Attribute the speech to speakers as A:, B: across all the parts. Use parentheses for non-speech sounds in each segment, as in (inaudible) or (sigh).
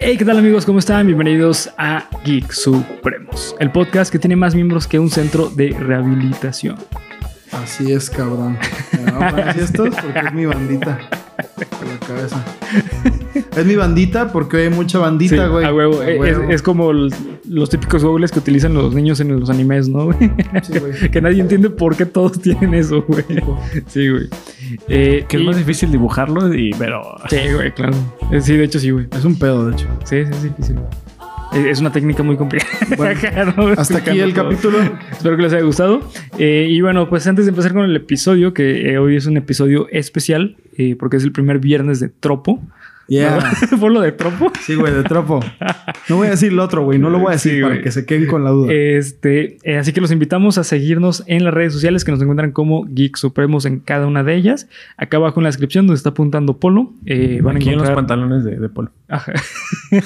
A: Hey, ¿qué tal amigos? ¿Cómo están? Bienvenidos a Geek Supremos, el podcast que tiene más miembros que un centro de rehabilitación.
B: Así es, cabrón. Me voy a poner así estos porque es mi bandita. Por la cabeza. Es mi bandita porque hay mucha bandita,
A: Sí,
B: güey.
A: a huevo. Es- Es, es como el- los típicos gobles que utilizan los niños en los animes, ¿no? güey? (laughs)
B: Sí, güey.
A: que nadie entiende por qué todos (laughs) tienen eso, güey. Sí, güey. Eh,
C: Que es
A: y-
C: más difícil dibujarlo, y, pero
A: Sí, güey, claro. Eh, Sí, de hecho sí, güey.
B: Es un pedo, de hecho.
A: Sí, sí, es difícil. Es es una técnica muy complicada. (laughs)
B: Bueno,
A: Claro,
B: Hasta aquí
A: explicando
B: el
A: todo.
B: capítulo.
A: Espero que les haya gustado. Eh, y bueno, pues antes de empezar con el episodio, que eh, hoy es un episodio especial, eh, porque es el primer viernes de Tropo.
B: Yeah.
A: (laughs) ¿Por lo de Tropo?
B: Sí, güey, de tropo. No voy a decir lo otro, güey. No lo voy a decir
A: Sí,
B: para
A: güey.
B: que se queden con la duda.
A: Este, eh, así que los invitamos a seguirnos en las redes sociales que nos encuentran como Geek Supremos en cada una de ellas. Acá abajo en la descripción donde está apuntando Polo, eh, van a
C: aquí en los
A: encontrar...
C: pantalones de, de polo.
A: Ajá.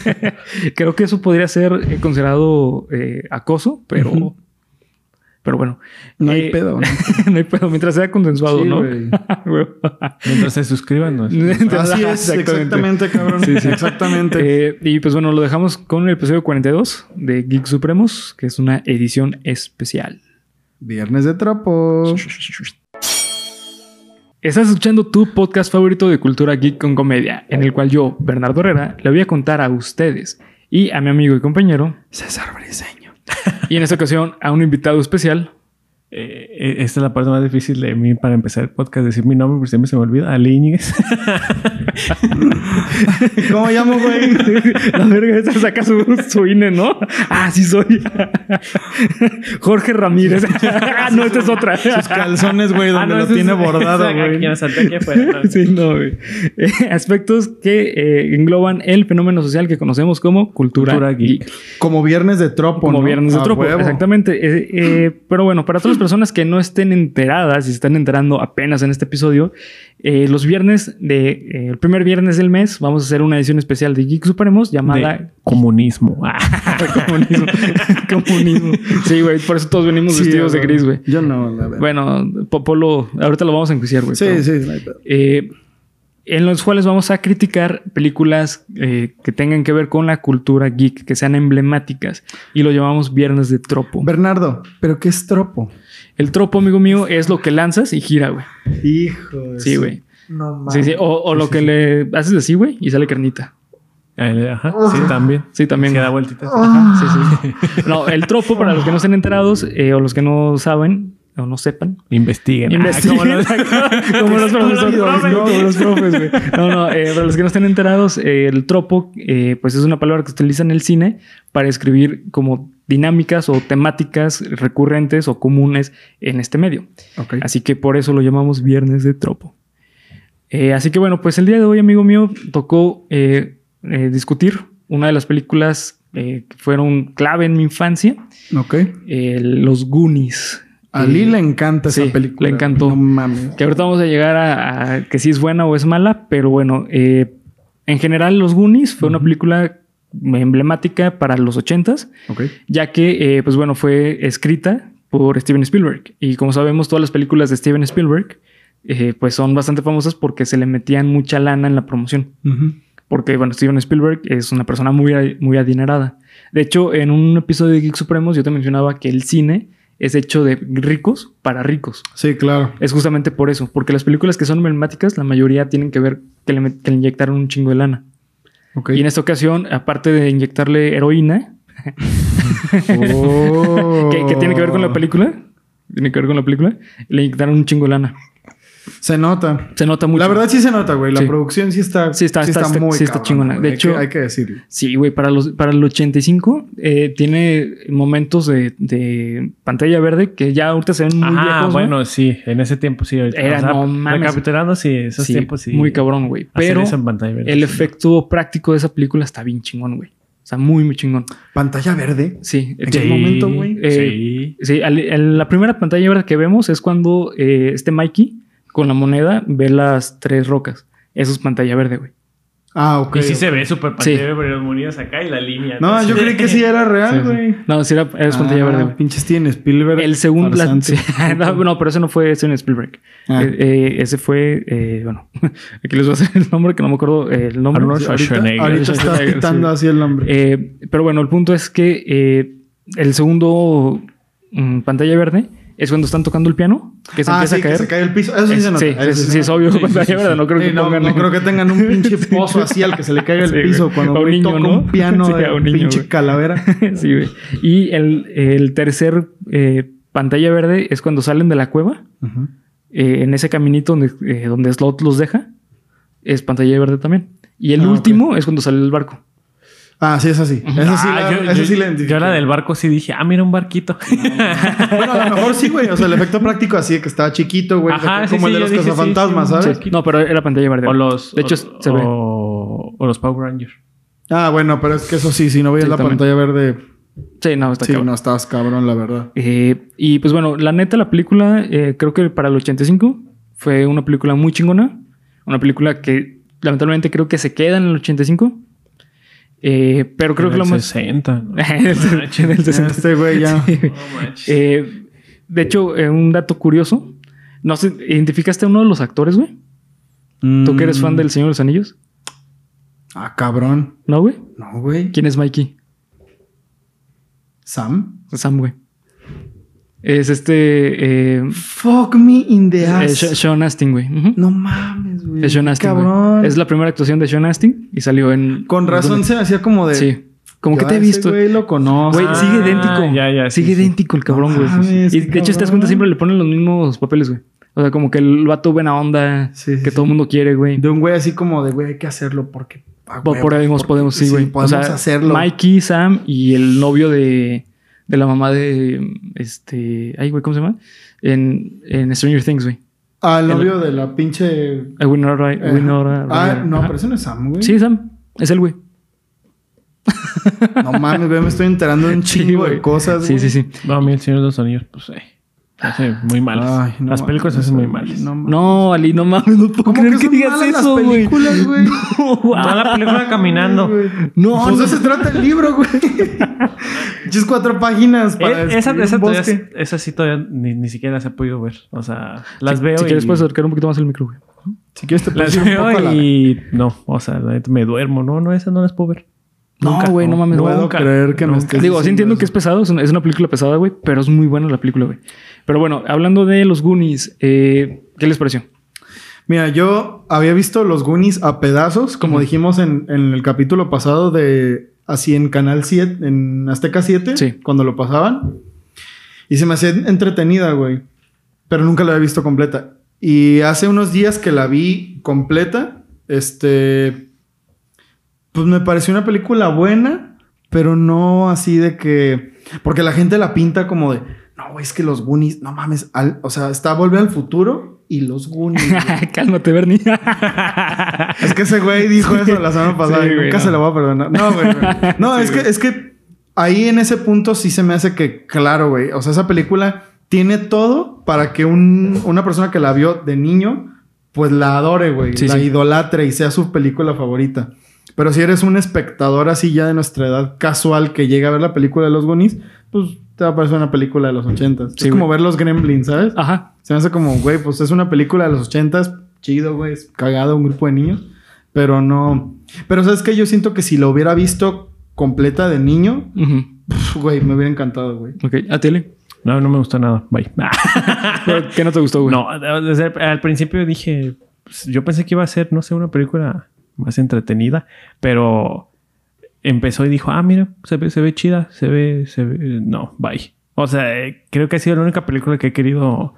A: (laughs) Creo que eso podría ser eh, considerado eh, acoso, pero...
B: Ujú.
A: Pero bueno, (laughs)
B: no hay
A: eh,
B: pedo, ¿no?
A: no hay pedo. Mientras sea consensuado,
B: Sí,
A: ¿no?
B: güey.
A: (laughs) Huevo.
C: Mientras se
A: (laughs)
C: suscriban, ¿no?
B: Así es, exactamente, cabrón. Sí, sí, exactamente.
A: Eh, y pues bueno, lo dejamos con el episodio 42 de Geek Supremos, que es una edición especial.
B: Viernes de tropo.
A: Estás escuchando tu podcast favorito de cultura geek con comedia, en el cual yo, Bernardo Herrera, le voy a contar a ustedes y a mi amigo y compañero,
B: César Briseño.
A: y en esta ocasión a un invitado especial. (laughs)
C: Eh, eh, esta es la parte más difícil de mí para empezar el podcast, decir mi nombre, porque siempre se me olvida. Ali Íñiguez. (laughs)
B: ¿Cómo llamo,
A: (laughs)
B: güey?
A: La verga, esa saca su, su INE, ¿no? Ah, sí soy. (laughs) Jorge Ramírez. (laughs) Ah, no, esta es otra.
B: Sus calzones,
A: Ah,
B: güey, donde
A: (laughs)
B: lo tiene bordado, güey.
A: Sí, no, güey. Eh, aspectos que eh, engloban el fenómeno social que conocemos como cultura,
C: Cultura
A: geek.
C: geek.
B: Como viernes de tropo.
A: Como
B: ¿no?
A: viernes de
B: A
A: tropo,
B: huevo.
A: exactamente. Eh, eh, pero bueno, para todas las personas que no estén enteradas y se están enterando apenas en este episodio, eh, los viernes de eh, el primer viernes del mes vamos a hacer una edición especial de Geek Supremos
C: De
A: llamada
C: comunismo. (laughs) Ah,
A: (laughs) comunismo. comunismo. Sí, güey, por eso todos venimos
B: Sí,
A: vestidos de
B: güey.
A: gris, güey.
B: Yo no, la verdad.
A: Bueno, pues Po- Polo, ahorita lo vamos a enjuiciar, güey. pero-
B: sí, sí, no hay pedo.
A: eh, en los cuales vamos a criticar películas eh, que tengan que ver con la cultura geek, que sean emblemáticas, y lo llamamos Viernes de Tropo.
B: Bernardo, ¿pero qué es tropo?
A: El tropo, amigo mío, es lo que lanzas y gira, güey.
B: Hijo de
A: Sí,
B: su-
A: güey.
B: No mames.
A: Pues, Sí, sí. O, o lo que le haces así, güey, y sale carnita.
C: eh, Ajá,
B: Ah.
C: sí, también.
A: Sí, también.
C: Se
A: güey.
C: da vueltitas.
A: Ajá, sí, sí. No, el tropo, para los que no estén enterados eh, o los que no saben o no sepan,
C: Investiguen. Ah,
A: Investiguen.
C: ¿cómo
A: (laughs)
C: no?
A: como los profesores,
B: Como los
A: ¿no?
B: profes.
A: Como los profes, (laughs) güey. No, no, eh, para los que no estén enterados, eh, el tropo, eh, pues es una palabra que se utiliza en el cine para escribir como dinámicas o temáticas recurrentes o comunes en este medio.
B: Ok.
A: Así que por eso lo llamamos Viernes de Tropo. Eh, así que bueno, pues el día de hoy, amigo mío, tocó eh, eh, discutir una de las películas eh, que fueron clave en mi infancia,
B: Ok.
A: eh, Los Goonies.
B: A Lee
A: Eh,
B: le encanta
A: sí,
B: esa película.
A: le encantó.
B: No mames.
A: que ahorita vamos a llegar a, a que si es buena o es mala, pero bueno, eh, en general Los Goonies fue una película emblemática para los ochentas,
B: Ok.
A: ya que, eh, pues bueno, fue escrita por Steven Spielberg. Y como sabemos, todas las películas de Steven Spielberg, eh, pues son bastante famosas porque se le metían mucha lana en la promoción. Porque, bueno, Steven Spielberg es una persona muy, muy adinerada. De hecho, en un episodio de Geek Supremos yo te mencionaba que el cine es hecho de ricos para ricos.
B: Sí, claro.
A: Es justamente por eso, porque las películas que son emblemáticas, la mayoría tienen que ver que le, met- que le inyectaron un chingo de lana.
B: Ok.
A: Y en esta ocasión, aparte de inyectarle heroína, (laughs)
B: Oh.
A: que, que este- tiene que ver con la película, tiene que ver con la película, le inyectaron un chingo de lana.
B: Se nota.
A: Se nota mucho.
B: La verdad sí se nota, güey. La
A: Sí.
B: producción sí está.
A: Sí está- está- está- sí está
B: cabrona,
A: chingona.
B: güey.
A: De
B: Hay
A: hecho-
B: que- hay que decirlo.
A: Sí, güey, para, los, para el 85 eh, tiene momentos de, de pantalla verde que ya ahorita se ven muy
C: Ah,
A: viejos. güey.
C: bueno, sí. En ese tiempo sí. ahorita.
A: Era, no mames.
C: Recapitulando, sí. Esos
A: Sí,
C: tiempos sí.
A: Muy cabrón, güey.
C: Hacer
A: Pero
C: eso en pantalla verde,
A: el
C: sí.
A: efecto práctico de esa película está bien chingón, güey. Está muy, muy chingón.
B: Pantalla verde.
A: Sí,
B: ¿En
A: tiene-
B: qué momento, güey?
A: Eh,
C: sí.
A: Sí, al- en la primera pantalla verde que vemos es cuando eh, este Mikey con la moneda ve las tres rocas. Eso es pantalla verde, güey.
B: Ah, ok.
C: y sí se ve súper
A: Sí.
C: pantalla de Munidas acá y la línea.
B: No, yo creí que sí era real,
C: Sí, sí.
B: güey.
A: No, si era, era pantalla
B: Ah,
A: verde, güey.
B: Pinches Steven Spielberg.
A: El segundo. la-
B: farsante.
A: (laughs) sí. no, no, pero ese no fue Steven Spielberg.
B: Ah.
A: Eh, eh, ese fue. eh, bueno, (laughs) aquí les voy a hacer el nombre que no me acuerdo eh, el nombre.
C: Arnold
A: Sí,
C: Schwarzenegger.
B: Ahorita, ahorita estás
A: Schwarzenegger,
B: quitando
A: sí.
B: así el nombre.
A: Eh, pero bueno, el punto es que eh, el segundo mm, pantalla verde es cuando están tocando el piano, que se
B: ah,
A: empieza
B: sí,
A: a caer.
B: que se cae el piso. Eso sí,
A: Es-
B: se nota.
A: sí,
B: eso
A: sí,
B: se
A: sí, es
B: nota.
A: obvio, pantalla verde, no creo que
B: no,
A: pongan-
B: no creo que tengan un
A: (laughs)
B: pinche
A: Sí.
B: pozo así al que se le caiga el
A: Sí, güey.
B: piso cuando
A: A un
B: un
A: niño,
B: toca
A: ¿no?
B: un
A: (laughs)
B: piano
A: Sí,
B: de
A: a un niño,
B: pinche
A: güey. (laughs)
B: calavera.
A: Sí, güey. Y el, el tercer eh, pantalla verde es cuando salen de la cueva,
B: Ujú.
A: eh, en ese caminito donde, eh, donde Slot los deja, es pantalla verde también. Y el
B: Ah, ok.
A: último es cuando sale el barco.
B: Ah, sí, es así. Esa sí,
C: Ah,
B: la,
C: yo,
B: esa
C: yo-
B: sí la
C: yo
B: identifiqué.
C: la del barco sí dije, ah, mira un barquito. (laughs)
B: Bueno, a lo mejor sí, güey. O
A: (laughs)
B: sea, el efecto práctico así de que estaba chiquito, güey.
C: Ajá, sí,
B: como el
C: sí, yo
B: de los
C: dije, sí,
B: cazafantasmas,
C: sí, un
B: ¿sabes?
C: chiquito.
A: No, pero era pantalla verde.
C: o los.
A: de hecho,
C: o,
A: se ve.
C: o- o los Power Rangers.
B: Ah, bueno, pero es que eso sí, si no veías
A: Sí,
B: la
A: también.
B: pantalla verde,
A: Sí, no, está
B: sí,
A: cabrón.
B: no estabas cabrón, la verdad.
A: Eh, y pues bueno, la neta, la película, eh, creo que para el 85 fue una película muy chingona. Una película que lamentablemente creo que se queda en el 85. Eh, pero creo
C: En
A: que lo
C: el
A: más.
C: 60.
B: (laughs)
C: ¿no?
A: (laughs) En el
C: Manches.
A: 60.
B: Este güey (laughs) ya.
A: Sí.
C: No manches.
A: Eh, de hecho, eh, un dato curioso. No sé, ¿identificaste a uno de los actores, güey? ¿Tú que
C: Mm.
A: eres fan del Señor de los Anillos?
B: Mm. Ah, cabrón.
A: ¿No, güey?
B: No, güey.
A: ¿Quién es Mikey?
B: Sam.
A: Sam, güey. Es este. eh,
B: Fuck me in the
A: eh,
B: ass.
A: Sha- Sean Astin, güey. Ujú.
B: no mames, güey.
A: Es Sean
B: Qué
A: Astin. güey.
B: Cabrón.
A: Es la primera actuación de Sean Astin y salió en.
B: Con razón se me hacía como de.
A: Sí. Como que
B: "Ah,
A: te he
B: ese
A: visto.
B: Güey, lo conozco.
A: Güey,
C: Ah,
A: sigue idéntico.
C: ya, ya, sí,
A: sigue
C: sí.
A: idéntico el cabrón,
B: No
A: güey.
B: mames,
A: y
B: qué
A: de hecho, te das
B: cabrón.
A: cuenta, siempre le ponen los mismos papeles, güey. O sea, como que el vato buena onda
B: Sí, sí,
A: que
B: sí.
A: todo el mundo quiere, güey.
B: De un güey así como de, güey, hay que hacerlo porque. ah,
A: Por,
B: güey,
A: por ahí mismos
B: porque
A: podemos, sí, güey.
B: podemos
A: o sea,
B: hacerlo.
A: Mikey, Sam y el novio de, de la mamá de. Este. Ay, güey, ¿cómo se llama? En, en Stranger Things, güey.
B: Al novio de la pinche.
A: Eh, Winona Ry-
B: eh,
A: Winona
B: ah,
A: Ryder.
B: no,
A: Ajá.
B: pero eso no es Sam, güey.
A: Sí, Sam. Es el güey.
B: No mames, güey, me estoy enterando de un
A: (laughs) Sí,
B: chingo de
A: güey.
B: cosas.
A: Sí,
B: güey.
A: sí, sí.
C: No, a mí el Señor de los Anillos, pues, eh. se hace muy malas.
B: Ay, no
C: Las películas se
B: mames,
C: hacen muy
B: güey,
C: malas.
B: No, mames.
A: No, Ali, no mames, no puedo
B: ¿Cómo
A: creer que,
B: son
A: digas
B: malas las
A: eso, güey.
B: películas, güey?
C: (laughs)
A: No, guau.
C: Toda la película caminando. Eh,
B: Güey.
A: No,
B: Pues
A: no.
B: de eso se trata el
A: (laughs)
B: libro, güey. Chis cuatro páginas para
C: Eh, esa,
B: describir
C: esa,
B: un
C: todavía,
B: bosque.
C: esa sí todavía ni, ni siquiera las he podido ver. O sea, las
A: si,
C: veo
A: Si
C: y...
A: quieres puedes acercar un poquito más el micro, güey.
B: Si quieres te puedes
C: Las
B: ir un poco a la...
C: veo y... No, o sea, la neta, me duermo. No, no, esas no las puedo ver.
A: No,
C: Nunca.
A: güey, no mames,
B: No puedo
A: nunca.
B: creer que me
C: Nunca.
B: estés
A: Digo, sí
B: diciendo
A: entiendo que es
B: eso.
A: pesado, es una, es una película pesada, güey, pero es muy buena la película, güey. Pero bueno, hablando de los Goonies, eh, ¿qué les pareció?
B: Mira, yo había visto los Goonies a pedazos, como
A: Ujú.
B: dijimos en, en el capítulo pasado de... Así en Canal 7, en Azteca 7,
A: Sí.
B: cuando lo pasaban. Y se me hacía entretenida, güey. Pero nunca la había visto completa. Y hace unos días que la vi completa, este... Pues me pareció una película buena, pero no así de que... Porque la gente la pinta como de... No, güey, es que los Goonies, no mames. al- o sea, está Volver al Futuro y los
A: (laughs)
B: Goonies. güey".
A: Cálmate, Bernie.
B: Es que ese güey dijo eso la semana pasada
A: Sí,
B: y
A: güey,
B: nunca
A: no.
B: se lo voy a perdonar. No, güey. güey. No, es, que, es que ahí en ese punto sí se me hace que, claro, güey. O sea, esa película tiene todo para que un- una persona que la vio de niño, pues la adore, güey.
A: Sí,
B: la
A: sí.
B: idolatre y sea su película favorita. Pero si eres un espectador así ya de nuestra edad casual que llega a ver la película de los Goonies, pues te va a parecer una película de los ochentas.
A: Sí,
B: es como
A: güey.
B: ver los Gremlins, ¿sabes?
A: Ajá.
B: Se me hace como, güey, pues es una película de los ochentas, chido, güey, es cagado un grupo de niños, pero no. Pero sabes que yo siento que si lo hubiera visto completa de niño,
A: Ujú.
B: pf, güey, me hubiera encantado, güey.
A: Ok, a Tele.
C: No, no me gustó nada. Bye. (laughs)
A: ¿Pero ¿Qué no te gustó, güey?
C: No, desde el- al principio dije, pues, yo pensé que iba a ser, no sé, una película más entretenida, pero empezó y dijo, ah, mira, se ve, se ve chida, se ve, se ve, no, bye. O sea, eh, creo que ha sido la única película que he querido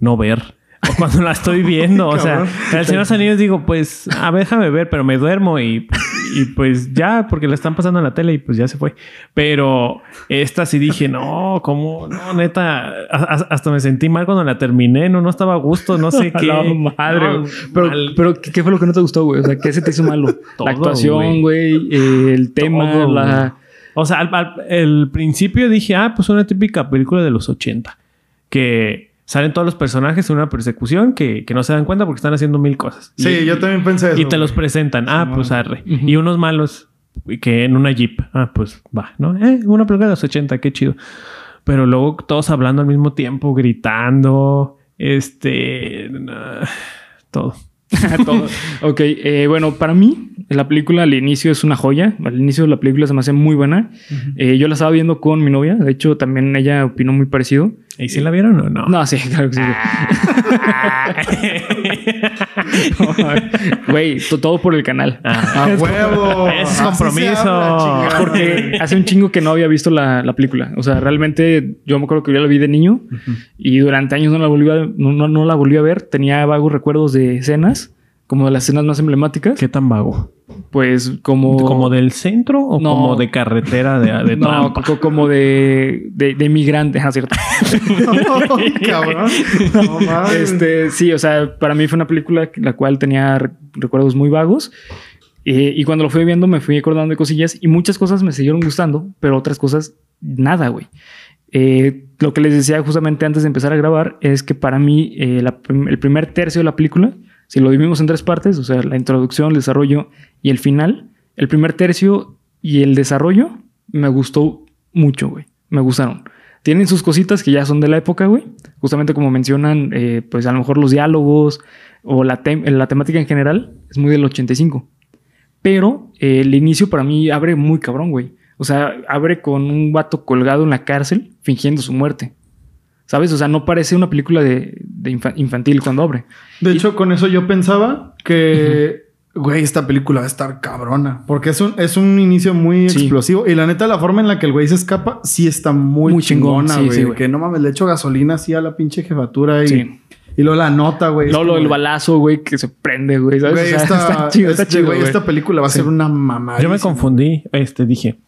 C: no ver. O (laughs) cuando la estoy viendo, o sea,
B: Cabrón.
C: el Señor de los Anillos digo, pues, a ver, déjame ver, pero me duermo y, y pues ya, porque la están pasando en la tele y pues ya se fue. Pero esta sí dije, no, como, no, neta, a- a- hasta me sentí mal cuando la terminé, no, no estaba a gusto, no sé
A: (laughs) A
C: qué.
A: la madre,
C: No,
A: güey. pero,
C: mal.
A: pero, ¿qué qué fue lo que no te gustó, güey? O sea, ¿qué se te hizo malo?
C: Todo,
A: la actuación, güey, eh, el tema,
C: Todo,
A: la...
C: O sea, al, al- el principio dije, ah, pues una típica película de los 80. Que Salen todos los personajes en una persecución que, que no se dan cuenta porque están haciendo mil cosas.
B: Sí,
C: Y-
B: yo también pensé eso.
C: Y te los
B: güey.
C: presentan. Ah,
B: Simón.
C: pues arre.
A: Ujú.
C: Y unos malos y que en una Jeep. Ah, pues va, ¿no? Eh, una película de los 80, qué chido. Pero luego todos hablando al mismo tiempo, gritando, este... na- todo.
A: (laughs) Todo. ok, eh, bueno, para mí la película al inicio es una joya. Al inicio la película se me hace muy buena. Eh, yo la estaba viendo con mi novia. De hecho, también ella opinó muy parecido.
C: ¿Y si la vieron o no?
A: No, sí, claro que sí.
C: Ah.
A: (laughs) Güey, to- todo por el canal.
B: ¡A huevo!
C: Ese (laughs) es
B: Así se
C: compromiso.
B: habla, chingada. (laughs)
A: Porque hace un chingo que no había visto la, la película. O sea, realmente yo me acuerdo que yo la vi de niño y durante años no la volví a, no, no- no la volví a ver. Tenía vagos recuerdos de escenas, como de las escenas más emblemáticas.
C: ¿Qué tan vago?
A: Pues como.
C: ¿Como del centro o
A: No.
C: como de carretera de,
A: (laughs)
C: de
A: no,
C: trampa?
A: co- como de, de, de migrante, Ah, cierto.
B: cabrón. No
C: (laughs)
B: mames.
A: Este, sí, o sea, para mí fue una película que- la cual tenía re- recuerdos muy vagos. Eh, y cuando lo fui viendo me fui acordando de cosillas y muchas cosas me siguieron gustando, pero otras cosas nada, güey. Eh, lo que les decía justamente antes de empezar a grabar es que para mí eh, la prim- el primer tercio de la película, si lo dividimos en tres partes, o sea, la introducción, el desarrollo y el final, el primer tercio y el desarrollo me gustó mucho, güey. Me gustaron. Tienen sus cositas que ya son de la época, güey. Justamente como mencionan, eh, pues a lo mejor los diálogos o la, tem- la temática en general es muy del 85. Pero eh, el inicio para mí abre muy cabrón, güey. O sea, abre con un vato colgado en la cárcel fingiendo su muerte. ¿Sabes? O sea, no parece una película de, de infa- infantil cuando abre.
B: De hecho, con eso yo pensaba que, güey, esta película va a estar cabrona. Porque es un, es un inicio muy
A: Sí.
B: explosivo. Y la neta, la forma en la que el güey se escapa sí está muy,
A: Muy chingón,
B: chingona,
A: sí,
B: güey.
A: sí, güey.
B: que no mames, le echo gasolina así a la pinche jefatura y,
A: Sí.
B: y luego la nota, güey. Es
A: Lolo,
B: como
A: el
B: de,
A: balazo, güey, que se prende, güey. ¿sabes?
B: Güey,
A: O sea,
B: esta,
A: (laughs) está chido, está
B: este,
A: chido,
B: güey,
A: güey.
B: esta película va a
A: Sí.
B: ser una mamada.
C: Yo me confundí. Este, dije...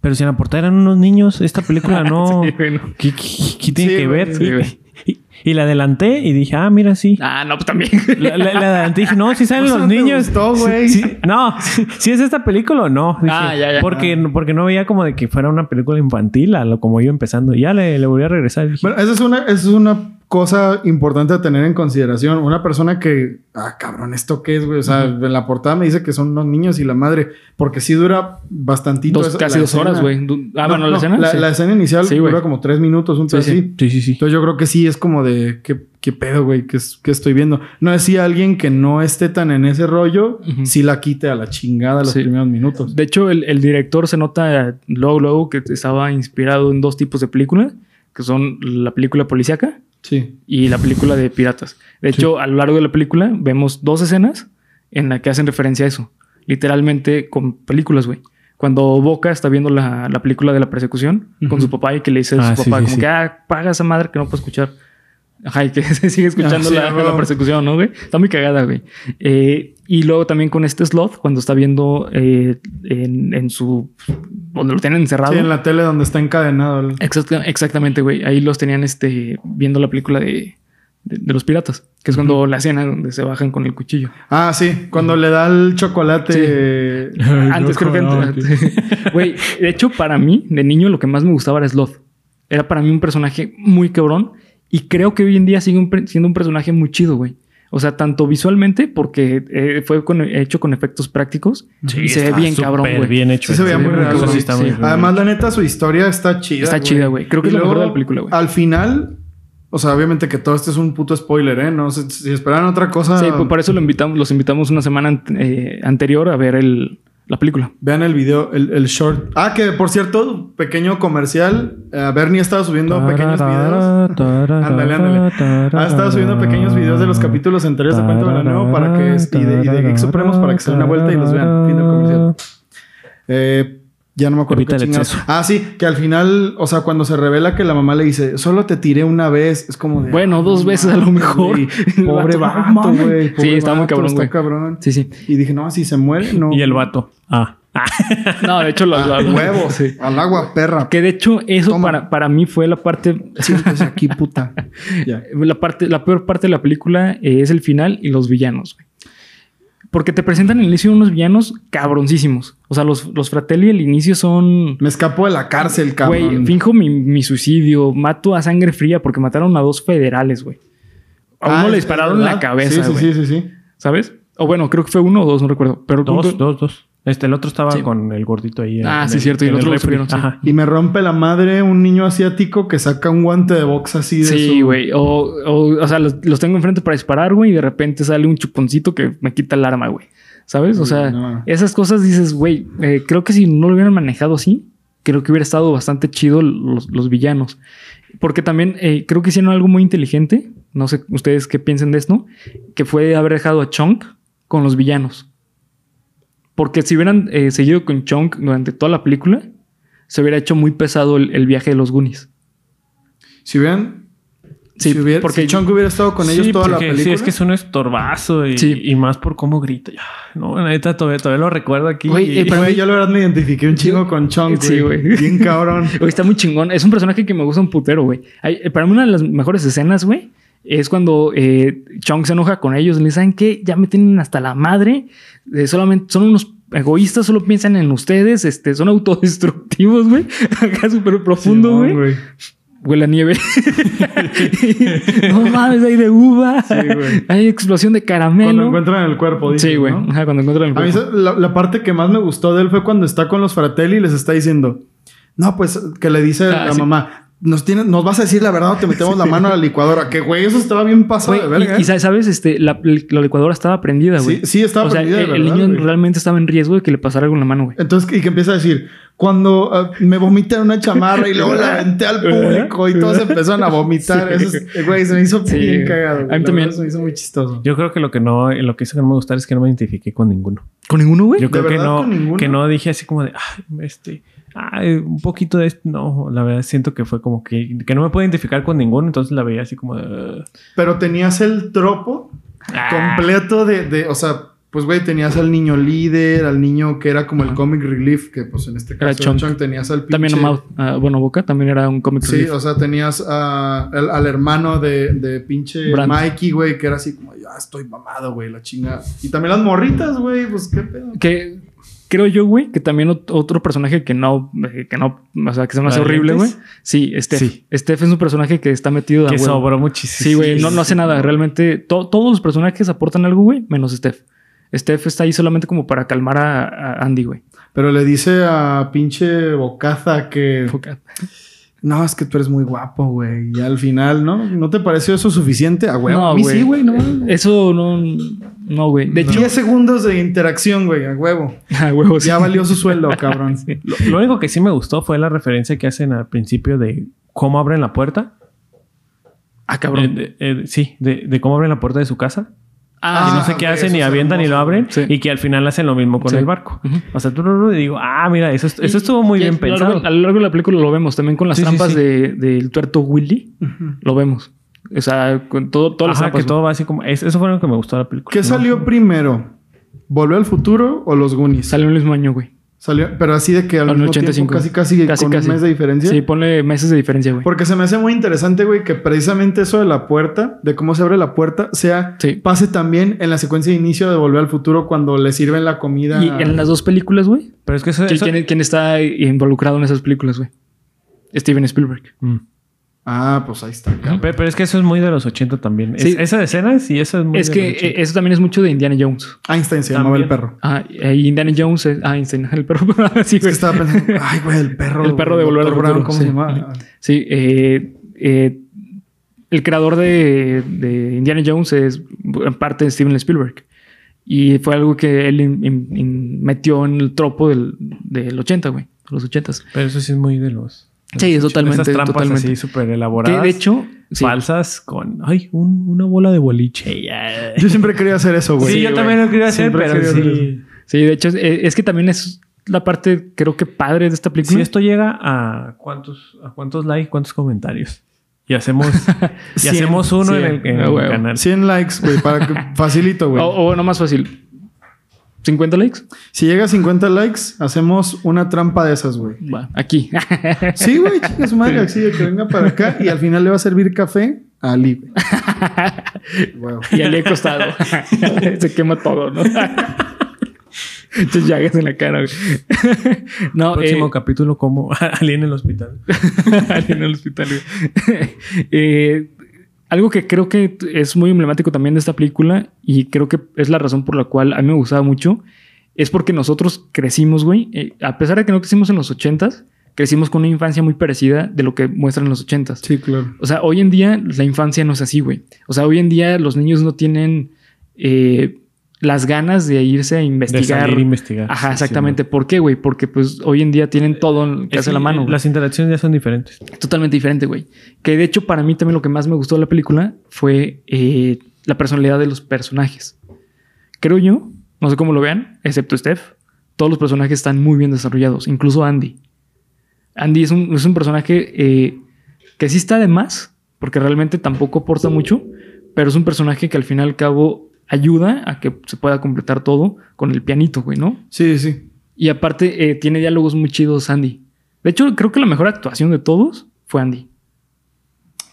C: Pero si en la portada eran unos niños,
A: (laughs)
C: esta película no...
B: (laughs)
A: Sí, güey, Ah, no.
C: ¿Qué, qué- qué tiene
B: Sí,
C: que
B: güey,
C: ver?
A: sí,
C: Y-
A: güey.
C: y, y la adelanté y dije, ah, mira, sí.
A: Ah, no, pues también.
C: La, la- la adelanté y dije, no,
A: (laughs)
C: sí salen
B: Eso
C: los
B: no te
C: niños.
B: gustó, güey.
C: Sí, sí, no, si es esta película o no. Dije,
A: Ah, ya, ya.
C: Porque, porque no veía como de que fuera una película infantil, a lo como yo empezando. Y Ya le, le volví a regresar. Dije,
B: Bueno, esa es una, esa es una cosa importante a tener en consideración. Una persona que, ah, cabrón, ¿esto qué es, güey? O sea, en la portada me dice que son unos niños y la madre, porque sí dura bastantito.
A: Dos-
B: esa-
A: casi
B: la
A: dos horas,
B: escena.
A: güey. Du- Ah, bueno, la escena.
B: La,
A: Sí.
B: la escena inicial
A: Sí, güey.
B: dura como tres minutos, un
A: Sí,
B: tres
A: sí.
B: así.
C: sí, sí, sí.
B: Entonces yo creo que sí es como de qué, qué pedo, güey, ¿Qué, es- qué estoy viendo. No decía alguien que no esté tan en ese rollo,
A: Ujú.
B: sí la quite a la chingada los
A: Sí.
B: primeros minutos.
A: De hecho, el, el director se nota luego, luego que estaba inspirado en dos tipos de películas, que son la película policíaca
B: Sí.
A: y la película de piratas. De hecho, a lo largo de la película vemos dos escenas en las que hacen referencia a eso. Literalmente con películas, güey. Cuando Boca está viendo la, la película de la persecución con su papá y que le dice a
C: Ah,
A: su
C: sí,
A: papá,
C: sí,
A: como
C: sí.
A: que, ah, paga esa madre que no puedo escuchar. Ajá, y que (laughs) se sigue escuchando
B: Ah, sí,
A: la,
B: a huevo.
A: la persecución, ¿no, güey? Está muy cagada, güey. Eh, y luego también con este slot, cuando está viendo eh, en, en su. donde lo tienen encerrado.
B: Sí, en la tele donde está encadenado. el-
A: Exacta- exactamente, güey. Ahí los tenían este, viendo la película de, de, de los piratas, que es cuando la escena donde se bajan con el cuchillo.
B: Ah, sí, cuando le da el chocolate.
A: Sí. (laughs)
B: eh, (laughs)
A: antes creo que antes- Güey, de hecho, para mí, de niño, lo que más me gustaba era Sloth. Era para mí un personaje muy cabrón y creo que hoy en día sigue un per- siendo un personaje muy chido, güey. O sea, tanto visualmente, porque eh, fue con- hecho con efectos prácticos y se ve
C: está
A: bien cabrón,
C: súper
A: güey.
C: bien hecho.
B: Sí, se veía
C: Eso
B: muy real,
C: eso
B: güey.
C: está
A: Sí.
C: muy bien
B: Además, la neta, su historia está chida.
A: Está chida, güey. Creo que
B: Y
A: es lo mejor
B: luego,
A: de la película, güey.
B: Al final, o sea, obviamente que todo este es un puto spoiler, ¿eh? No sé si esperaban otra cosa.
A: Sí, pues, por eso lo invitamos, los invitamos una semana ant- eh, anterior a ver el, la película.
B: Vean el video, el, el short. Ah, que por cierto, pequeño comercial. eh, Bernie ha estado subiendo pequeños videos. Ándale, ándale. Ha estado subiendo pequeños videos de los capítulos anteriores de Cuéntame la Nuevo para que, y de, y de Geek Supremos para que se den una vuelta y los vean. Fin del comercial. Eh, ya no me acuerdo
C: Evita
B: qué
C: el
B: chingados.
C: exceso.
B: Ah, sí, que al final, o sea, cuando se revela que la mamá le dice, solo te tiré una vez, es como de.
A: Bueno, dos
B: "Ah, no
A: veces a lo
B: mames,
A: mejor". (laughs)
B: güey.
A: El
B: Pobre
A: vato, "No
B: vato,
A: mames".
B: güey.
A: Sí,
B: pobre
A: está muy
B: vato,
A: cabrón, güey.
B: Está cabrón.
A: Sí, sí.
B: Y dije, no, si se
A: (laughs)
B: muere, no.
C: Y el vato. Ah.
A: No, de hecho, los
B: Ah,
A: (laughs)
B: huevos, al agua, perra.
A: Que de hecho, eso
B: Toma.
A: para, para mí fue la parte.
B: (laughs) Siéntese
A: (laughs)
B: aquí, puta. Ya.
A: La, parte, la peor parte de la película eh, es el final y los villanos. güey. Porque te presentan al inicio unos villanos cabroncísimos. O sea, los, los Fratelli al inicio son.
B: Me escapó de la cárcel, cabrón.
A: Güey, finjo mi, mi suicidio, mato a sangre fría porque mataron a dos federales, güey. A uno
B: Ah,
A: le
B: es-
A: dispararon
B: es
A: en la
B: verdad.
A: cabeza,
B: Sí,
A: güey.
B: sí, sí, sí, sí.
A: ¿Sabes? O bueno, creo que fue uno o dos, no recuerdo. Pero el
C: Dos,
A: punto-
C: dos, dos. Este, el otro estaba
A: Sí.
C: con el gordito ahí. en-
A: Ah,
C: en
A: sí, cierto, y el
C: en
A: otro lo
C: refri.
A: sufrieron, sí.
C: Ajá.
B: Y me rompe la madre un niño asiático que saca un guante de box así de
A: Sí,
B: su-
A: güey. O, o, o sea, los, los tengo enfrente para disparar, güey, y de repente sale un chuponcito que me quita el arma, güey. ¿Sabes? O
B: Sí,
A: sea,
B: no.
A: esas cosas dices, güey, eh, creo que si no lo hubieran manejado así, creo que hubiera estado bastante chido los, los villanos. Porque también eh, creo que hicieron algo muy inteligente, no sé ustedes qué piensen de esto, que fue haber dejado a Chunk con los villanos. Porque si hubieran eh, seguido con Chunk durante toda la película, se hubiera hecho muy pesado el, el viaje de los Goonies.
B: Si hubieran...
A: Sí,
B: si hubiera,
A: porque
B: si Chunk hubiera estado con ellos
C: Sí,
B: toda la
C: porque
B: película...
C: Sí, es que es un estorbazo y,
A: Sí.
C: y más por cómo grita. Ah, No, la neta todavía, todavía lo recuerdo aquí.
A: Güey, eh,
C: Y-
A: para
B: Güey,
A: mí-
B: yo la verdad me identifiqué un chingo con Chunk,
A: Sí, güey.
B: Bien
A: (laughs)
B: cabrón.
A: Güey, está muy chingón. Es un personaje que me gusta un putero, güey. Ay, eh, Para mí, una de las mejores escenas, güey, es cuando eh, Chong se enoja con ellos. Le dicen ¿saben qué? Ya me tienen hasta la madre. Eh, solamente son unos egoístas, solo piensan en ustedes. Este, son autodestructivos, güey. (laughs) Acá súper profundo,
B: Simón,
A: güey. Huele a nieve. (laughs) no mames, hay de uva.
B: güey.
A: hay explosión de
B: Cuando
A: caramelo.
B: encuentran el cuerpo, dices,
A: Sí, güey.
B: ¿no?
A: Ajá, Cuando encuentran el
B: A mí
A: cuerpo.
B: esa- la, la parte que más me gustó de él fue cuando está con los fratelli y les está diciendo... No, pues, que le dice
A: Ah,
B: la
A: sí.
B: mamá... Nos, tienes, nos vas a decir la verdad o
A: (laughs)
B: te metemos la mano a la licuadora. Que, güey, eso estaba bien pasado
A: Güey,
B: de verga.
A: y,
B: ¿eh?
A: y sa- sabes, este, la, la licuadora estaba prendida, güey.
B: Sí, sí, estaba
A: o sea,
B: prendida, de
A: el, el
B: verdad,
A: niño
B: güey.
A: realmente estaba en riesgo de que le pasara algo en la mano, güey.
B: Entonces, y que empieza a decir, cuando ah, me vomité en una chamarra y luego la aventé al público y todos empezaron a vomitar.
A: Sí.
B: Eso es- eh, güey, se me hizo
A: Sí,
B: bien
A: güey.
B: cagado. güey.
A: A mí
B: La
A: también.
B: verdad, Se me hizo muy chistoso.
C: Yo creo que lo que no, lo que hizo que no me gustara es que no me identifiqué con ninguno.
A: ¿Con ninguno, güey?
C: Yo creo que
B: verdad con
C: no,
B: ninguno?
C: que no dije así como de, "Ay, este, ay, un poquito de esto. No, la verdad siento que fue como que, que no me puedo identificar con ninguno, entonces la veía así como de, "Ah, "Ugh".
B: Pero tenías el tropo
C: Ah.
B: completo de, de- o sea, pues güey, tenías al niño líder, al niño que era como el comic relief, que pues en este
A: Era
B: caso
A: Chunk.
B: Chunk, tenías al pinche...
A: También a Mouth, ah, bueno, Boca también era un cómic.
B: Sí,
A: relief.
B: o sea, tenías a- al, al hermano de, de pinche
A: Brand.
B: Mikey, güey, que era así como, ya estoy mamado, güey, la chinga. Y también las morritas, güey, pues qué pedo.
A: que creo yo, güey, que también ot- otro personaje que no, eh, que no, o sea, que se me hace
C: ¿La de
A: horrible, güey.
C: lentes?
A: Sí, Steph.
C: Sí.
A: Steph es un personaje que está metido de
C: que
A: a huevo.
C: sobró muchísimo.
A: Ah, Sí, güey, no, no hace nada. Realmente to- todos los personajes aportan algo, güey, menos Steph. Steph está ahí solamente como para calmar a, a Andy, güey.
B: Pero le dice a pinche Bocaza que
A: Boca.
B: no, es que tú eres muy guapo, güey. Y al final, ¿no? ¿No te pareció eso suficiente? A huevo. a mí sí, güey, no.
A: Eso no, no, güey. De hecho,
B: 10 segundos de interacción, güey, a huevo.
A: (laughs) a huevo, Pues sí.
B: Ya valió su sueldo, cabrón.
C: Lo, lo único que sí me gustó fue la referencia que hacen al principio de cómo abren la puerta.
A: Ah, cabrón.
C: Eh, de- eh, sí, de, de cómo abren la puerta de su casa.
A: Ah,
C: y no sé
B: Ah,
C: qué
B: güey,
C: hacen,
B: eso
C: ni
B: es
C: avientan y lo
B: hermoso,
C: abren.
A: güey. Sí.
C: Y que al final hacen lo mismo con
A: Sí.
C: el barco.
A: Ujú.
C: O sea, tú y digo, ah, mira, eso, eso estuvo muy
A: Y
C: bien
A: a lo largo-
C: pensado.
A: a lo largo de la película lo vemos también con las
C: Sí, sí,
A: trampas
C: sí.
A: de- del tuerto Willy. Lo vemos. O sea, con todo, todas las
C: Ajá, que
A: trampas.
C: todo va así como... es- Eso fue lo que me gustó de la película.
B: ¿Qué
C: No.
B: salió primero? ¿Volver al futuro o los Goonies?
A: Sale en el mismo año, güey.
B: Salió, pero así de que al
A: En el
B: mismo
A: 85.
B: tiempo, casi casi,
A: Casi,
B: con
A: casi.
B: un mes de diferencia.
A: Sí, ponle meses de diferencia, güey.
B: Porque se me hace muy interesante, güey, que precisamente eso de la puerta, de cómo se abre la puerta, sea
A: Sí.
B: pase también en la secuencia de inicio de Volver al Futuro cuando le sirven la comida.
A: Y en las dos películas, güey.
C: Pero es que eso...
A: ¿Qui-
C: eso-
A: ¿Quién, quién está involucrado en esas películas, güey? Steven Spielberg.
C: Mm.
B: Ah, pues ahí está.
C: Pe-
B: cabrón.
C: Pero, es que eso es muy de los 80 también. Es-
A: Sí.
C: esas escenas y eso es muy
A: es
C: de
A: que
C: los 80.
A: eh, eso también es mucho de Indiana Jones.
B: Einstein se llamaba
C: También.
B: el perro.
A: Ah, eh, Indiana Jones es... Ah, Einstein, (laughs) el perro. sí,
B: Es que
A: güey.
B: estaba pensando, ay, güey, el perro.
A: El perro
B: güey,
A: de Volver al
B: Dr. Brown,
A: Futuro,
B: ¿Cómo
A: sí.
B: se
A: (laughs)
B: llamaba?
A: Sí, eh, eh, el creador de, de Indiana Jones es en parte de Steven Spielberg. Y fue algo que él in- in- in- metió en el tropo del, del 80, güey. de Los 80s.
C: Pero eso sí es muy de los... de
A: eh, Sí,
C: los
A: es totalmente,
C: Esas trampas
A: totalmente.
C: así súper
A: Que
C: elaboradas.
A: de hecho... sí.
C: falsas con... Ay, un- una bola de boliche. ya.
B: Yo siempre quería hacer eso, güey.
C: Sí, yo también lo quería hacer,
B: Siempre
C: pero
B: quería hacer
C: sí.
A: Sí, de hecho, es, eh, es que también es la parte, creo que padre de esta película.
C: Si esto llega a cuántos, a cuántos likes, cuántos comentarios. Y hacemos,
A: (laughs)
C: y
B: Cien.
C: hacemos uno en el,
A: Cien.
C: en
A: Ah,
C: el
A: huevo.
C: canal.
B: 100 likes, güey, para que
A: (laughs)
B: facilito,
A: o,
B: güey.
A: o bueno, más fácil. ¿50 likes?
B: Si llega a 50 likes, hacemos una trampa de esas, güey.
A: Va, aquí. (laughs)
B: Sí, güey, chinga su madre, así de que venga para acá y al final le va a servir café Ali.
A: (laughs)
B: güey. Wow.
A: Y al costado. (laughs) Se quema todo, ¿no? Muchas llagas en la cara, güey. no,
C: Próximo
A: eh,
C: capítulo, (laughs) como Alien en el hospital.
A: (laughs) alguien en el hospital, güey. (laughs) Eh, algo que creo que es muy emblemático también de esta película y creo que es la razón por la cual a mí me gustaba mucho es porque nosotros crecimos, güey. eh, a pesar de que no crecimos en los 80s, crecimos con una infancia muy parecida de lo que muestran los 80s.
B: Sí, claro.
A: O sea, hoy en día la infancia no es así, güey. O sea, hoy en día los niños no tienen eh, las ganas de irse a
C: De
A: investigar.
C: salir a investigar.
A: Ajá,
C: Sí,
A: exactamente. ¿Por qué, güey? Porque pues hoy en día tienen todo en-
C: sí.
A: que hace la
C: Es-
A: mano. güey.
C: Las interacciones ya son diferentes.
A: Totalmente diferente, güey. Que de hecho, para mí también lo que más me gustó de la película fue eh, la personalidad de los personajes. Creo yo, no sé cómo lo vean, excepto Steph, todos los personajes están muy bien desarrollados, incluso Andy. Andy es un, es un personaje eh, que sí está de más, porque realmente tampoco aporta mucho, pero es un personaje que al final y al cabo ayuda a que se pueda completar todo con el pianito, güey, ¿no?
B: Sí, sí.
A: Y aparte, eh, tiene diálogos muy chidos, Andy. De hecho, creo que la mejor actuación de todos fue Andy.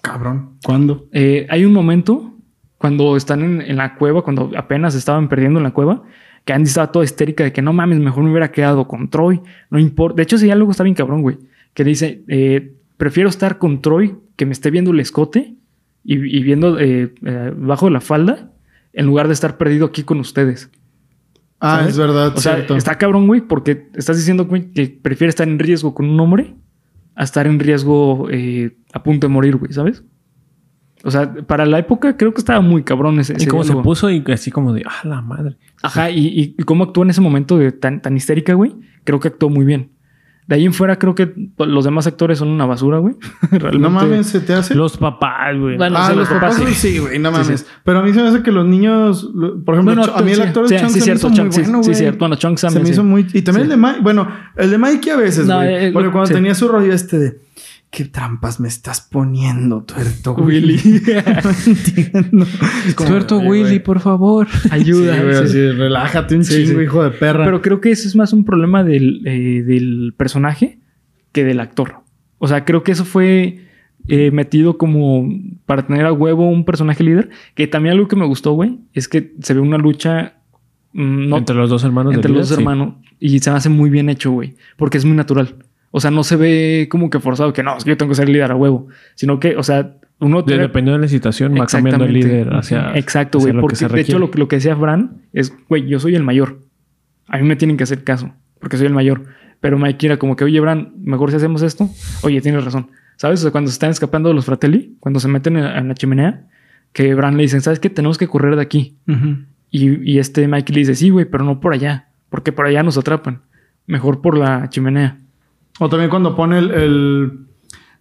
B: Cabrón. ¿Cuándo?
A: Eh, hay un momento cuando están en, en la cueva, cuando apenas estaban perdiendo en la cueva, que Andy estaba toda histérica de que no mames, mejor me hubiera quedado con Troy. No importa. De hecho, ese diálogo está bien cabrón, güey. Que dice: eh, Prefiero estar con Troy que me esté viendo el escote y, y viendo eh, eh, bajo de la falda en lugar de estar perdido aquí con ustedes.
B: Ah,
A: ¿Sabes?
B: es verdad,
A: O sea,
B: cierto.
A: está cabrón, güey, porque estás diciendo, güey, que prefiere estar en riesgo con un hombre a estar en riesgo eh, a punto de morir, güey, ¿sabes? O sea, para la época creo que estaba muy cabrón ese.
C: y
A: ese
C: cómo se
A: diálogo.
C: puso y así como de, ah, la madre.
A: Ajá, y, y- y cómo actuó en ese momento de tan, tan histérica, güey, creo que actuó muy bien. De ahí en fuera creo que los demás actores son una basura, güey. (laughs) Realmente.
B: No mames, ¿se te hace?
C: Los papás, güey.
A: Bueno,
B: ah,
A: sí,
B: los papás sí, güey, no mames. Pero a mí se me hace que los niños, lo- por ejemplo,
A: Bueno,
B: Cho- a mí el
A: sí,
B: actor
A: sí,
B: de Chang
A: sí,
B: se
A: cierto,
B: me hizo
A: Chang,
B: muy
A: sí,
B: bueno,
A: sí,
B: güey.
A: cierto. Bueno, Chang
B: se
A: también,
B: me
A: sí.
B: hizo muy y también
A: Sí.
B: el de Mike, bueno, el de Mikey a veces,
A: No,
B: güey,
A: eh,
B: porque
A: lo-
B: cuando
A: sí.
B: tenía su rollo este de qué trampas me estás poniendo, tuerto Willy. (laughs)
A: Willy. (laughs)
B: no entiendo. Es como,
C: Tuerto
B: oye,
C: Willy,
B: güey.
C: por favor.
A: Ayuda.
B: Sí, güey,
A: sí.
B: así, relájate un
A: Sí,
B: chingo,
A: sí.
B: hijo de perra.
A: Pero creo que eso es más un problema del, eh, del personaje que del actor. O sea, creo que eso fue eh, metido como para tener a huevo un personaje líder. Que también algo que me gustó, güey, es que se ve una lucha mm, no, entre,
C: entre los dos hermanos. de
A: los
C: Lila,
A: dos
C: sí.
A: hermanos y se me hace muy bien hecho, güey, porque es muy natural. O sea, no se ve como que forzado que no, es que yo tengo que ser líder a huevo, sino que, o sea, uno
C: De-
A: tiene-
C: dependiendo de la situación, va cambiando el
A: Exactamente.
C: líder hacia.
A: Ujú. Exacto,
C: hacia
A: güey.
C: lo que
A: Porque
C: se
A: de hecho
C: requiere.
A: lo, lo que decía Bran es, güey, yo soy el mayor. A mí me tienen que hacer caso, porque soy el mayor. Pero Mike era como que, oye, Bran, mejor si hacemos esto. Oye, tienes razón. ¿Sabes? O sea, cuando se están escapando los fratelli, cuando se meten en, en la chimenea, que Bran le dicen, ¿sabes qué? Tenemos que correr de aquí.
B: Ujú.
A: Y, y este Mike le dice, sí, güey, pero no por allá, porque por allá nos atrapan. Mejor por la chimenea.
B: O también cuando pone el. el-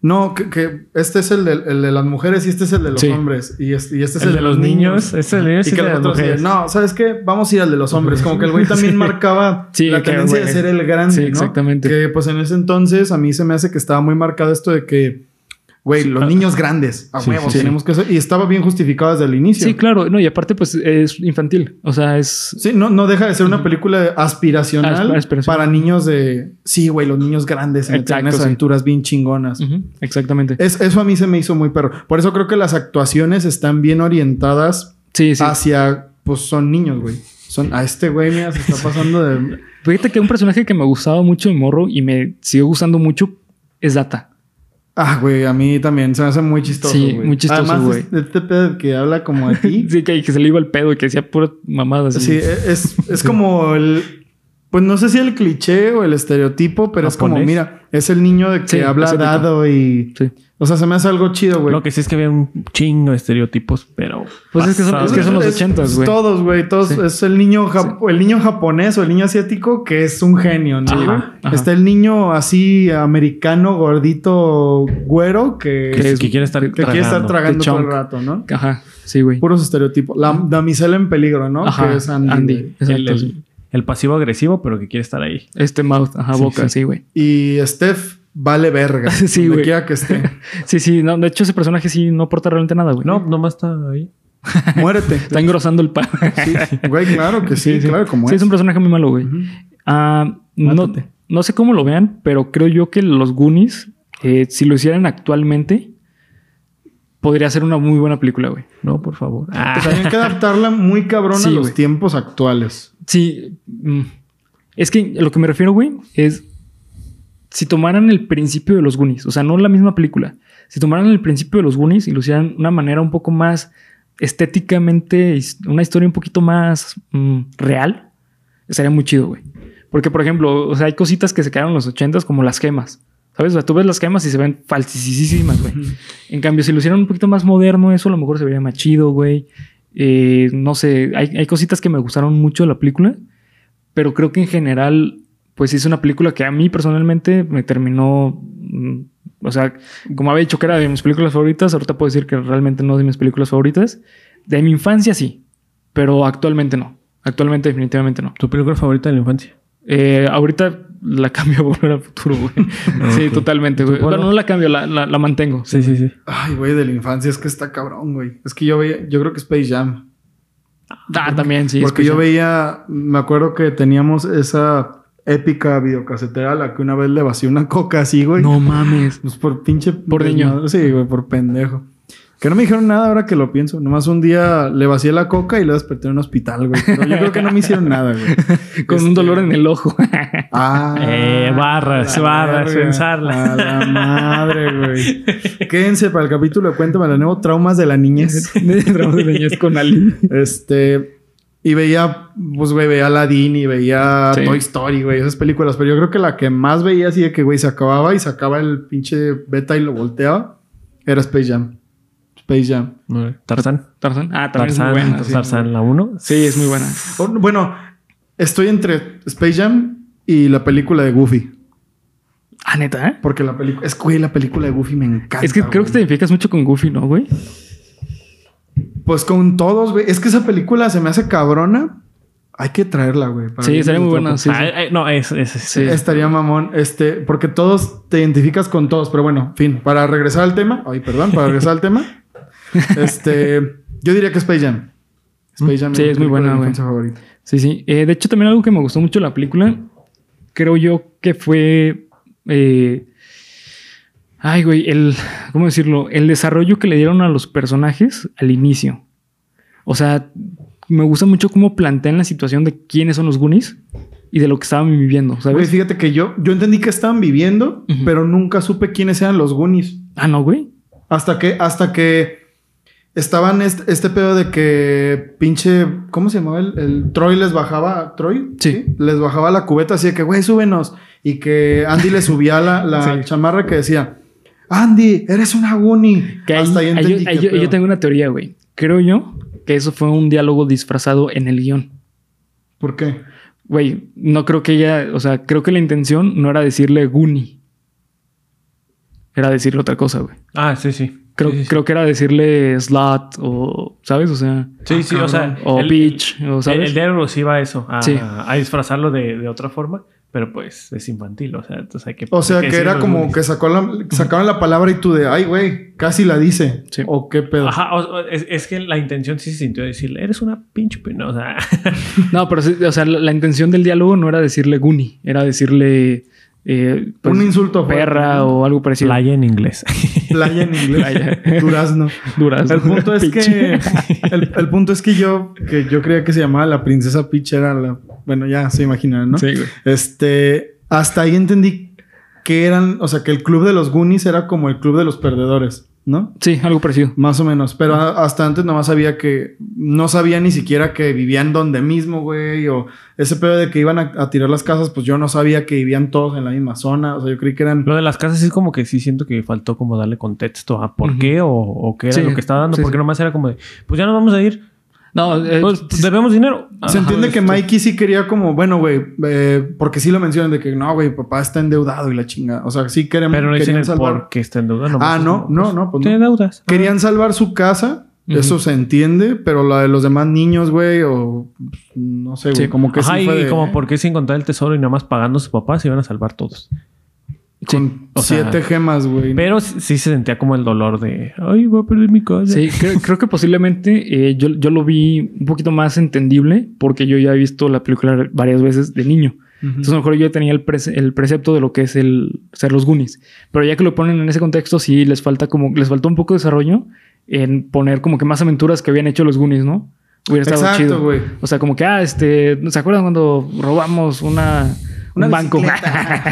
B: No, que, que este es el de, el de las mujeres y este es el de los
A: Sí.
B: hombres. Y este, y este es
C: El de los niños. Es el líder,
B: Y
C: sí,
B: que
C: de
B: el
C: las
B: otro así de,
C: mujeres.
B: no, ¿sabes qué? Vamos a ir al de los hombres. Como que el güey
C: (laughs)
B: también marcaba
A: Sí,
B: la
A: que,
B: tendencia de
A: güey.
B: ser el grande,
A: Sí,
B: ¿no?
A: exactamente.
B: Que pues en ese entonces a mí se me hace que estaba muy marcado esto de que, güey, los niños grandes, a
C: ah, Sí,
B: huevos,
C: sí, sí.
B: tenemos que ser. Y estaba bien justificado desde el inicio.
A: Sí, claro. No, y aparte, pues es infantil. O sea, es,
B: Sí, no, no deja de ser una película aspiracional
A: Asp- aspiracional.
B: para niños de... Sí, güey, los niños grandes se meten en
A: Exacto,
B: unas
A: sí.
B: aventuras bien chingonas.
A: Ujú, exactamente.
B: Es- eso a mí se me hizo muy perro. Por eso creo que las actuaciones están bien orientadas
A: sí,
C: Ah,
A: sí.
B: hacia... Pues son niños, güey. Son... A este güey, mira, se está pasando de...
A: Fíjate que un personaje que me gustaba mucho de morro y me sigue gustando mucho es Data.
B: Ah, güey, a mí también se me hace muy chistoso,
A: Sí,
B: güey.
A: muy chistoso,
B: Además,
A: güey.
B: este- este pedo que habla como
A: (laughs)
B: de ti.
A: Sí, que, que se le iba el pedo y que decía pura mamada.
B: sí, es, es como el... Pues no sé si el cliché o el estereotipo, pero es como,
C: ¿Japonés?
B: mira, es el niño de que
A: Sí,
B: habla
A: asiático.
B: dado y...
A: Sí.
B: O sea, se me hace algo chido, güey.
C: Lo que sí es que había un chingo de estereotipos, pero.
A: Pues es que son-
C: pasados.
A: es que son los-
B: Es-
A: 80s, güey.
B: Todos, güey. Todos.
A: Sí.
B: Es el niño, jap- el niño japonés o el niño asiático que es un genio, ¿no?
A: Sí,
B: güey?
A: ajá, ajá.
B: Está el niño así americano, gordito, güero, que,
C: Que,
A: es-
C: que quiere estar
A: que-
B: que quiere estar tragando
C: tragando.
A: que
B: todo el
A: chunk.
B: rato, ¿no?
A: Ajá, sí, güey.
B: Puros estereotipos. La damisela en peligro, ¿no?
A: Ajá,
B: que es Andy.
A: Andy.
B: güey.
A: Exacto,
C: El, el-
A: sí.
C: el pasivo agresivo, pero que quiere estar ahí.
A: Este mouth, ajá,
C: Sí,
A: boca,
C: sí.
A: sí, güey.
B: Y Steph vale
A: (laughs)
B: verga.
A: Sí,
B: donde
A: güey.
B: quiera
A: (laughs)
B: que esté.
A: Sí, sí, no, de hecho ese personaje sí no aporta realmente nada, güey.
C: No, nomás está ahí.
B: Muérete.
A: Está engrosando el pan.
B: Sí, güey, claro que sí,
A: (laughs) Sí, sí.
B: claro, como
A: Sí,
B: es.
A: es un personaje muy malo, güey.
B: Ujú.
A: Ah, no,
B: Mátate.
A: no sé cómo lo vean, pero creo yo que los Goonies, eh, si lo hicieran actualmente, podría ser una muy buena película, güey.
C: No, por favor.
A: Ah.
C: Ah.
B: Pues habían que adaptarla muy cabrón
A: Sí,
B: a los
A: güey.
B: tiempos actuales.
A: Sí. mm. Es que a lo que me refiero, güey, es si tomaran el principio de los Goonies, o sea, no la misma película, si tomaran el principio de los Goonies y lo hicieran de una manera un poco más estéticamente, his- una historia un poquito más mm, real, estaría muy chido, güey. Porque, por ejemplo, o sea, hay cositas que se quedaron en los ochentas como las gemas. ¿Sabes? O sea, tú ves las gemas y se ven falsísimas, güey. En cambio, si lo hicieran un poquito más moderno, eso a lo mejor se vería más chido, güey. Eh, no sé, hay, hay cositas que me gustaron mucho de la película, pero creo que en general, pues es una película que a mí personalmente me terminó. mm, O sea, como había dicho que era de mis películas favoritas, ahorita puedo decir que realmente no es de mis películas favoritas. De mi infancia sí, pero actualmente no. Actualmente, definitivamente no.
C: ¿Tu película favorita de la infancia?
A: Eh, ahorita la (laughs) cambio a volver al futuro, güey.
B: Ah,
A: sí,
C: Ok.
A: totalmente, güey.
C: Polo?
A: Bueno, no la cambio, la, la- la mantengo.
C: Sí, sí, sí.
B: Ay, güey, de la infancia es que está cabrón, güey. Es que yo veía, yo creo que Space Jam.
A: Ah, también, sí.
B: porque
A: escucha.
B: yo veía, me acuerdo que teníamos esa épica videocasetera a la que una vez le vació una coca así, güey.
A: No mames.
B: Pues por pinche.
A: Por niño.
B: desmadre. Sí, güey, por pendejo. Que no me dijeron nada ahora que lo pienso. Nomás un día le vacié la coca y lo desperté en un hospital, güey. Pero yo creo que no me hicieron nada, güey.
A: (laughs)
B: Este,
A: Con un dolor en el ojo.
B: Ah,
C: Eh, barras,
A: Ah,
B: a la
C: barras,
B: verga.
C: pensarla.
B: A la madre, güey. Quédense para el capítulo de Cuéntame la Nuevo Traumas de
A: (laughs)
B: la Niñez.
A: Entramos de niñez con Ali.
B: Este. Y veía, pues, güey, veía Aladdin y veía
A: Sí.
B: Toy Story, güey, esas películas. Pero yo creo que la que más veía así de que, güey, se acababa y sacaba el pinche beta y lo volteaba era Space Jam. Space Jam.
C: Tarzán.
A: Tarzán. Ah, también
C: Tarzán,
A: es muy buena. sí.
C: Tarzán, la 1.
A: Sí. es muy buena.
B: O- bueno, estoy entre Space Jam y la película de Goofy.
A: Ah, neta, ¿eh?
B: Porque la película. Es que, güey, la película de Goofy me encanta.
A: Es que creo que
B: güey.
A: te identificas mucho con Goofy, ¿no, güey?
B: Pues con todos, güey. Es que esa película se me hace cabrona. Hay que traerla, güey. para
A: Sí,
B: ver
A: estaría
B: el
A: muy
B: tropo.
A: buena, sí.
C: Ah, eh, no, es, es, es-
A: Sí.
B: Estaría mamón, este, porque todos te identificas con todos, pero bueno, fin, para regresar al tema, ay, perdón, para regresar
A: (laughs)
B: al tema, este, yo diría que Space Jam. Space Jam
A: Sí,
B: mi
A: es muy
B: película
A: buena,
B: de
A: güey.
B: infancia favorita.
A: Sí, sí. Eh, de hecho, también algo que me gustó mucho de la película, creo yo que fue. eh, ay, güey, el. ¿Cómo decirlo? El desarrollo que le dieron a los personajes al inicio. O sea, me gusta mucho cómo plantean la situación de quiénes son los Goonies y de lo que estaban viviendo,
B: Güey,
A: ¿sabes?
B: fíjate que yo, yo entendí que estaban viviendo,
A: Ujú.
B: pero nunca supe quiénes eran los Goonies.
A: Ah, no, güey.
B: Hasta que, hasta que estaban este, este pedo de que pinche, ¿cómo se llamaba? El, el Troy les bajaba, Troy,
A: Sí.
B: les bajaba la cubeta así de que, güey, súbenos. Y que Andy le subía la, la
A: (laughs) Sí.
B: chamarra que decía, Andy, eres una Goonie.
A: Que ahí-
B: hasta ahí
A: ahí yo-
B: entendí
A: ahí
B: qué
A: yo, ahí yo
B: pedo.
A: tengo una teoría, güey. Creo yo que eso fue un diálogo disfrazado en el guión.
B: ¿Por qué?
A: Güey, no creo que ella, o sea, creo que la intención no era decirle Guni. Era decirle otra cosa, güey.
C: Ah, sí, sí.
A: Creo,
C: sí, sí, sí.
A: creo que era decirle slot o, ¿sabes? O sea,
C: Sí, sí, o sea.
A: o bitch, o
C: El,
A: sabes.
C: el diálogo sí va a eso, a,
A: Sí.
C: a disfrazarlo de, de otra forma, pero pues es infantil, o sea, entonces hay que.
B: O sea,
C: hay
B: que,
C: decir
B: era
C: los
B: como
C: Goonies.
B: que sacó la- sacaron la palabra y tú de, ay, güey, casi la dice.
A: Sí.
B: O qué pedo.
C: Ajá, o- o- es, es que la intención sí se sintió decirle, eres una pinche pena,
B: (laughs)
C: o sea.
A: No, pero sí, o sea, la, la intención del diálogo no era decirle Guni, era decirle eh, pues,
B: Un insulto fuerte,
A: perra
B: ¿no?
A: o algo parecido.
C: Playa en inglés. (laughs)
B: Playa en inglés.
A: Playa.
B: Durazno.
A: Duras.
B: El
A: (laughs)
B: punto es
A: Pitch.
B: que. El, el punto es que yo. Que yo creía que se llamaba la princesa Peach. Era la. Bueno, ya se imaginan, ¿no?
A: Sí, güey.
B: Este. Hasta ahí entendí que eran. O sea, que el club de los Goonies era como el club de los perdedores, ¿no?
A: Sí, algo parecido.
B: Más o menos. Pero a- hasta antes nomás sabía que. No sabía ni siquiera que vivían donde mismo, güey. O ese pedo de que iban a, a tirar las casas, pues yo no sabía que vivían todos en la misma zona. O sea, yo creí que eran.
C: Lo de las casas sí es como que sí siento que faltó como darle contexto a por
A: Ujú.
C: qué o, o qué era
A: Sí,
C: lo que estaba dando,
A: sí,
C: porque
A: sí.
C: nomás era como de, pues ya nos vamos a ir,
A: No, eh,
C: pues debemos dinero.
B: Se
C: Ajá,
B: entiende que
C: este,
B: Mikey sí quería como, bueno, güey, eh, porque sí lo mencionan de que no, güey, papá está endeudado y la chinga. O sea, sí queremos,
C: Pero no dicen
B: querían
C: el
B: salvar.
C: por qué está en deuda. nomás
B: Ah,
C: es
B: no,
C: como,
B: no, no, pues no.
C: Tiene deudas. Ah,
B: Querían salvar su casa,
A: Ujú.
B: eso se entiende, pero la de los demás niños, güey, o no sé, güey,
A: Sí.
B: como que
C: Ajá,
B: sí
C: y,
B: fue de- "Eh".
C: como por qué sin contar el tesoro y nada más pagando a su papá se iban a salvar todos.
B: con
C: o sea,
B: siete gemas, güey.
C: Pero sí sí se sentía como el dolor de, ay, voy a perder mi casa.
A: Sí, creo, creo que posiblemente eh, yo, yo lo vi un poquito más entendible porque yo ya he visto la película varias veces de niño.
B: Ujú.
A: Entonces, a lo mejor yo ya tenía el, prece- el precepto de lo que es el ser los Goonies. Pero ya que lo ponen en ese contexto, sí les falta como, les faltó un poco de desarrollo en poner como que más aventuras que habían hecho los Goonies, ¿no? Hubiera estado
B: Exacto,
A: chido.
B: güey.
A: O sea, como que, ah, este, ¿se acuerdan cuando robamos una, un banco?
C: (laughs)
B: (laughs)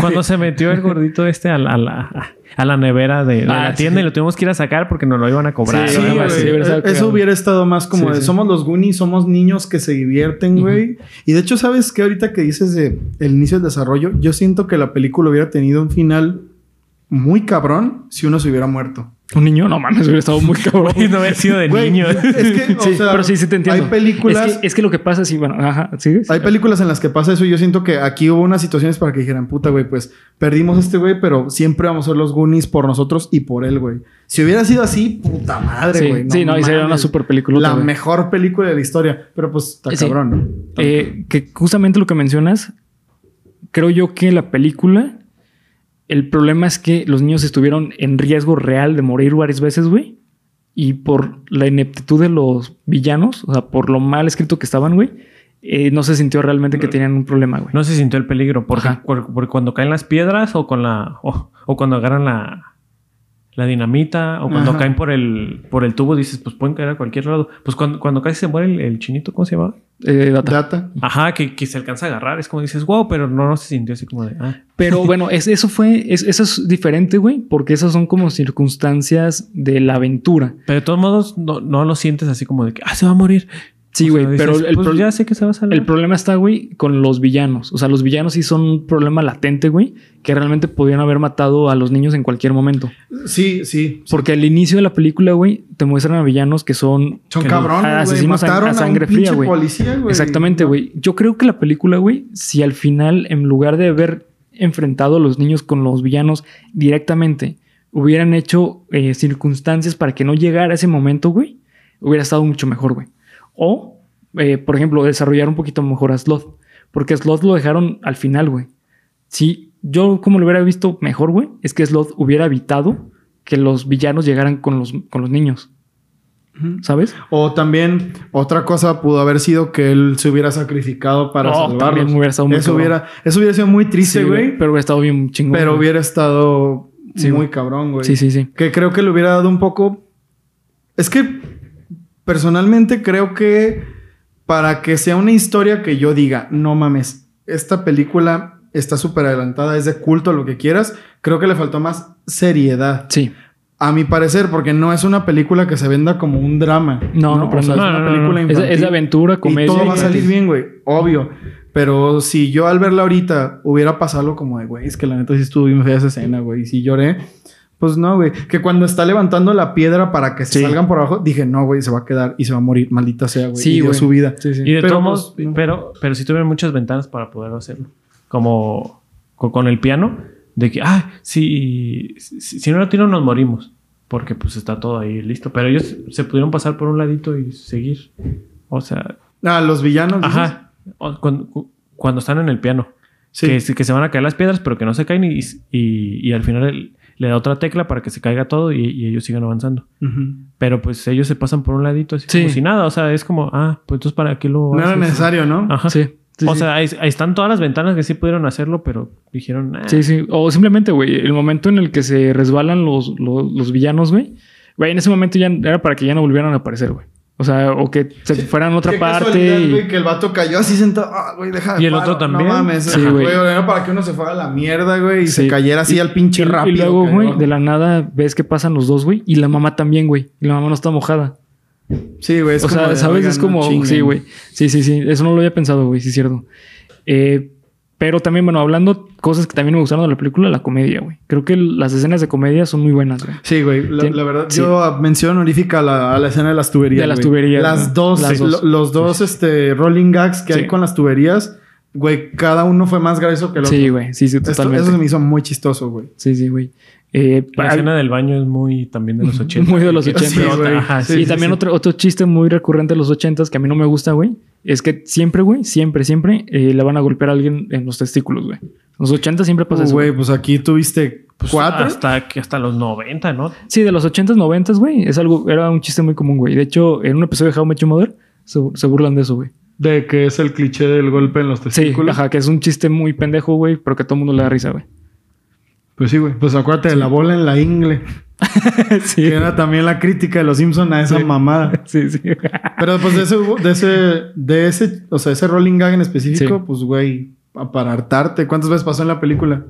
C: Cuando se metió el gordito este a la, a la, a la nevera de, de
A: Ah,
C: la tienda
A: sí.
C: y lo tuvimos que ir a sacar porque nos lo iban a cobrar.
A: Ah, Sí,
C: o
B: Sí,
C: algo
B: güey.
C: así.
A: sí, hubiera estado
B: Eh, Eso
A: cagado.
B: hubiera estado más como
A: Sí,
B: de
A: sí.
B: somos los Goonies, somos niños que se divierten, güey. Y de hecho, ¿sabes qué? Ahorita que dices de el inicio del desarrollo, yo siento que la película hubiera tenido un final muy cabrón si uno se hubiera muerto.
A: (laughs) un niño, no mames, hubiera estado muy cabrón.
C: Y no haber sido de
B: Güey,
C: niño.
B: Es que,
A: (laughs)
B: o
A: Sí,
B: sea,
A: pero sí, sí te entiendo.
B: Hay películas.
A: Es que, es que lo que pasa, sí, bueno, ajá, sí.
B: Hay películas en las que pasa eso y yo siento que aquí hubo unas situaciones para que dijeran, puta, güey, pues perdimos a este güey, pero siempre vamos a ser los Goonies por nosotros y por él, güey. Si hubiera sido así, puta madre,
A: Sí,
B: güey.
A: sí, no, y sería
B: mames.
A: una super película.
B: La
A: güey.
B: mejor película de la historia, pero pues está
A: Sí.
B: cabrón. ¿no?
A: Eh, que justamente lo que mencionas, creo yo que la película, el problema es que los niños estuvieron en riesgo real de morir varias veces, güey. Y por la ineptitud de los villanos, o sea, por lo mal escrito que estaban, güey, eh, no se sintió realmente que tenían un problema, güey.
C: No se sintió el peligro porque,
A: Ajá.
C: por- por cuando caen las piedras o con la o, o cuando agarran la, la dinamita o cuando
B: Ajá.
C: caen por el por el tubo dices pues pueden caer a cualquier lado. Pues cuando, cuando casi se muere el, el chinito, ¿cómo se llama?
A: Eh, data.
B: Data.
C: Ajá, que, que se alcanza a agarrar, es como dices, wow, pero no, no se sintió así como de ah. (laughs)
A: Pero bueno, es- eso fue, es- eso es diferente, güey, porque esas son como circunstancias de la aventura.
C: Pero de todos modos no, no lo sientes así como de que ah, se va a morir.
A: Sí,
C: O
A: güey,
C: sea, dices,
A: pero el,
C: "Pues
A: pro-
C: ya sé que se va a salir.
A: El problema está, güey, con los villanos. O sea, los villanos sí son un problema latente, güey, que realmente podían haber matado a los niños en cualquier momento.
B: Sí, sí.
A: Porque al inicio de la película, güey, te muestran a villanos que son...
B: Son
A: que Ah,
B: cabrones, güey.
A: asesinos a-
B: Mataron
A: a
B: a,
A: sangre
B: un pinche
A: fría, güey.
B: policía, güey.
A: Exactamente, güey. Yo creo que la película, güey, si al final, en lugar de haber enfrentado a los niños con los villanos directamente, hubieran hecho eh, circunstancias para que no llegara ese momento, güey, hubiera estado mucho mejor, güey. O, eh, por ejemplo, desarrollar un poquito mejor a Sloth. Porque a Sloth lo dejaron al final, güey. Si yo como lo hubiera visto mejor, güey, es que Sloth hubiera evitado que los villanos llegaran con los, con los niños,
B: Ujú.
A: ¿sabes?
B: O también, otra cosa pudo haber sido que él se hubiera sacrificado para
A: Oh,
B: salvarlos.
A: también hubiera estado muy
B: eso,
A: cabrón.
B: hubiera, eso hubiera sido muy triste,
A: Sí,
B: güey. pero
A: Pero hubiera estado bien chingón. güey.
B: hubiera estado
A: Sí,
B: muy
A: güey.
B: cabrón, güey.
A: Sí, sí, sí.
B: Que creo que le hubiera dado un poco. Es que personalmente creo que para que sea una historia que yo diga, no mames, esta película está súper adelantada, es de culto, lo que quieras, creo que le faltó más seriedad.
A: Sí.
B: A mi parecer, porque no es una película que se venda como un drama.
A: No, no, para
B: o sea,
A: nada.
B: es una
C: No, no, no, no.
B: película
A: Es,
B: infantil.
A: es de aventura, comedia.
B: Y todo va a salir
A: infantil.
B: bien, güey. Obvio. Pero si yo al verla ahorita hubiera pasado algo como de, güey, es que la neta sí estuvo bien fea esa escena, güey. Y si lloré, pues no, güey. Que cuando está levantando la piedra para que se
A: Sí.
B: salgan por abajo, dije, no, güey, se va a quedar y se va a morir. Maldita sea, güey.
A: Sí,
B: y dio
A: güey.
B: su vida.
A: Sí, sí.
C: Y de
B: Pero,
C: todos modos,
B: pues, no.
C: pero, pero sí tuvieron muchas ventanas para poder hacerlo. Como co- con el piano, de que, ah, si, si, si no lo tiro nos morimos. Porque pues está todo ahí listo. Pero ellos se pudieron pasar por un ladito y seguir. O sea,
B: Ah, los villanos. dices?
C: ajá. O- cuando, cu- cuando están en el piano.
B: Sí.
C: Que, se- que se van a caer las piedras, pero que no se caen y, y- y al final el- le da otra tecla para que se caiga todo y, y ellos sigan avanzando.
B: Ujú.
C: Pero pues ellos se pasan por un ladito así
A: Sí.
C: como si nada. O sea, es como, ah, pues entonces para qué lo
B: No era
C: haces?
B: necesario, ¿no?
C: Ajá.
A: Sí, sí,
C: o
A: sí.
C: sea, ahí, ahí están todas las ventanas que sí pudieron hacerlo, pero dijeron, "Ah, "Nah".
A: Sí, sí. O simplemente, güey, el momento en el que se resbalan los, los, los villanos, güey. Güey, en ese momento ya era para que ya no volvieran a aparecer, güey. O sea, o que se fueran a otra
B: Qué
A: parte.
B: casualidad,
A: y-
B: güey, que el vato cayó así sentado. Ah, güey, deja de
C: Y el
B: paro.
C: otro también.
B: No mames.
A: Sí,
B: Ajá,
A: güey.
B: Era para que uno se fuera a la mierda, güey, y se
A: Sí.
B: cayera así
A: Y-
B: al pinche
A: y-
B: rápido.
A: Y luego,
B: que-
A: güey, de la nada ves que pasan los dos, güey. Y la mamá también, güey. Y la mamá no está mojada.
B: Sí, güey. es
A: o
B: como
A: sea,
B: de,
A: ¿sabes?
B: "Oigan,
A: Es
B: no
A: como... sí,
B: chinguen".
A: güey. Sí, sí, sí. Eso no lo había pensado, güey. Sí, es cierto. Eh, pero también, bueno, hablando cosas que también me gustaron de la película, la comedia, güey. Creo que las escenas de comedia son muy buenas, güey.
B: Sí, güey. La,
A: Tien-
B: la verdad,
A: sí.
B: yo ah, menciono honorífica a la, a la escena de las tuberías.
A: De las
B: güey.
A: tuberías,
B: Las
A: ¿no?
B: dos,
A: Las
B: sí,
A: dos.
B: lo- los dos, este, rolling gags que
A: Sí.
B: hay con las tuberías, güey, cada uno fue más gracioso que el otro.
A: Sí, güey. Sí, sí,
B: Esto-
A: totalmente.
B: eso se me hizo muy chistoso, güey.
A: Sí, sí, güey. Eh,
C: La
A: pa-
C: escena del baño es muy también de los 80.
A: Muy de los
C: Que-
A: 80,
C: Sí,
B: güey.
C: Ajá,
B: Sí,
C: sí,
A: y también
B: sí.
A: Otro, otro chiste muy recurrente de los ochentas que a mí no me gusta, güey. Es que siempre, güey, siempre, siempre eh, le van a golpear a alguien en los testículos, güey. En los ochentas siempre pasa
B: Uh,
A: eso.
B: Güey, pues aquí tuviste
C: Pues,
B: cuatro.
C: Hasta, que hasta los 90, ¿no?
A: Sí, de los 80s, 90s, güey. Es algo, era un chiste muy común, güey. De hecho, en un episodio de How I Met Your Mother se, se burlan de eso, güey.
B: De que es el cliché del golpe en los
A: Sí,
B: testículos.
A: ajá, que es un chiste muy pendejo, güey, pero que a todo el mundo le da risa,
B: (laughs)
A: güey.
B: Pues sí, güey. Pues acuérdate de la bola en la ingle.
A: sí,
B: Que era también la crítica de los Simpson a esa
A: Sí.
B: mamada.
A: (laughs) sí, sí.
B: Pero pues de ese, hubo- de ese, de ese, o sea, ese rolling gag en específico,
A: Sí.
B: pues güey, pa- para hartarte. ¿Cuántas veces pasó en la película?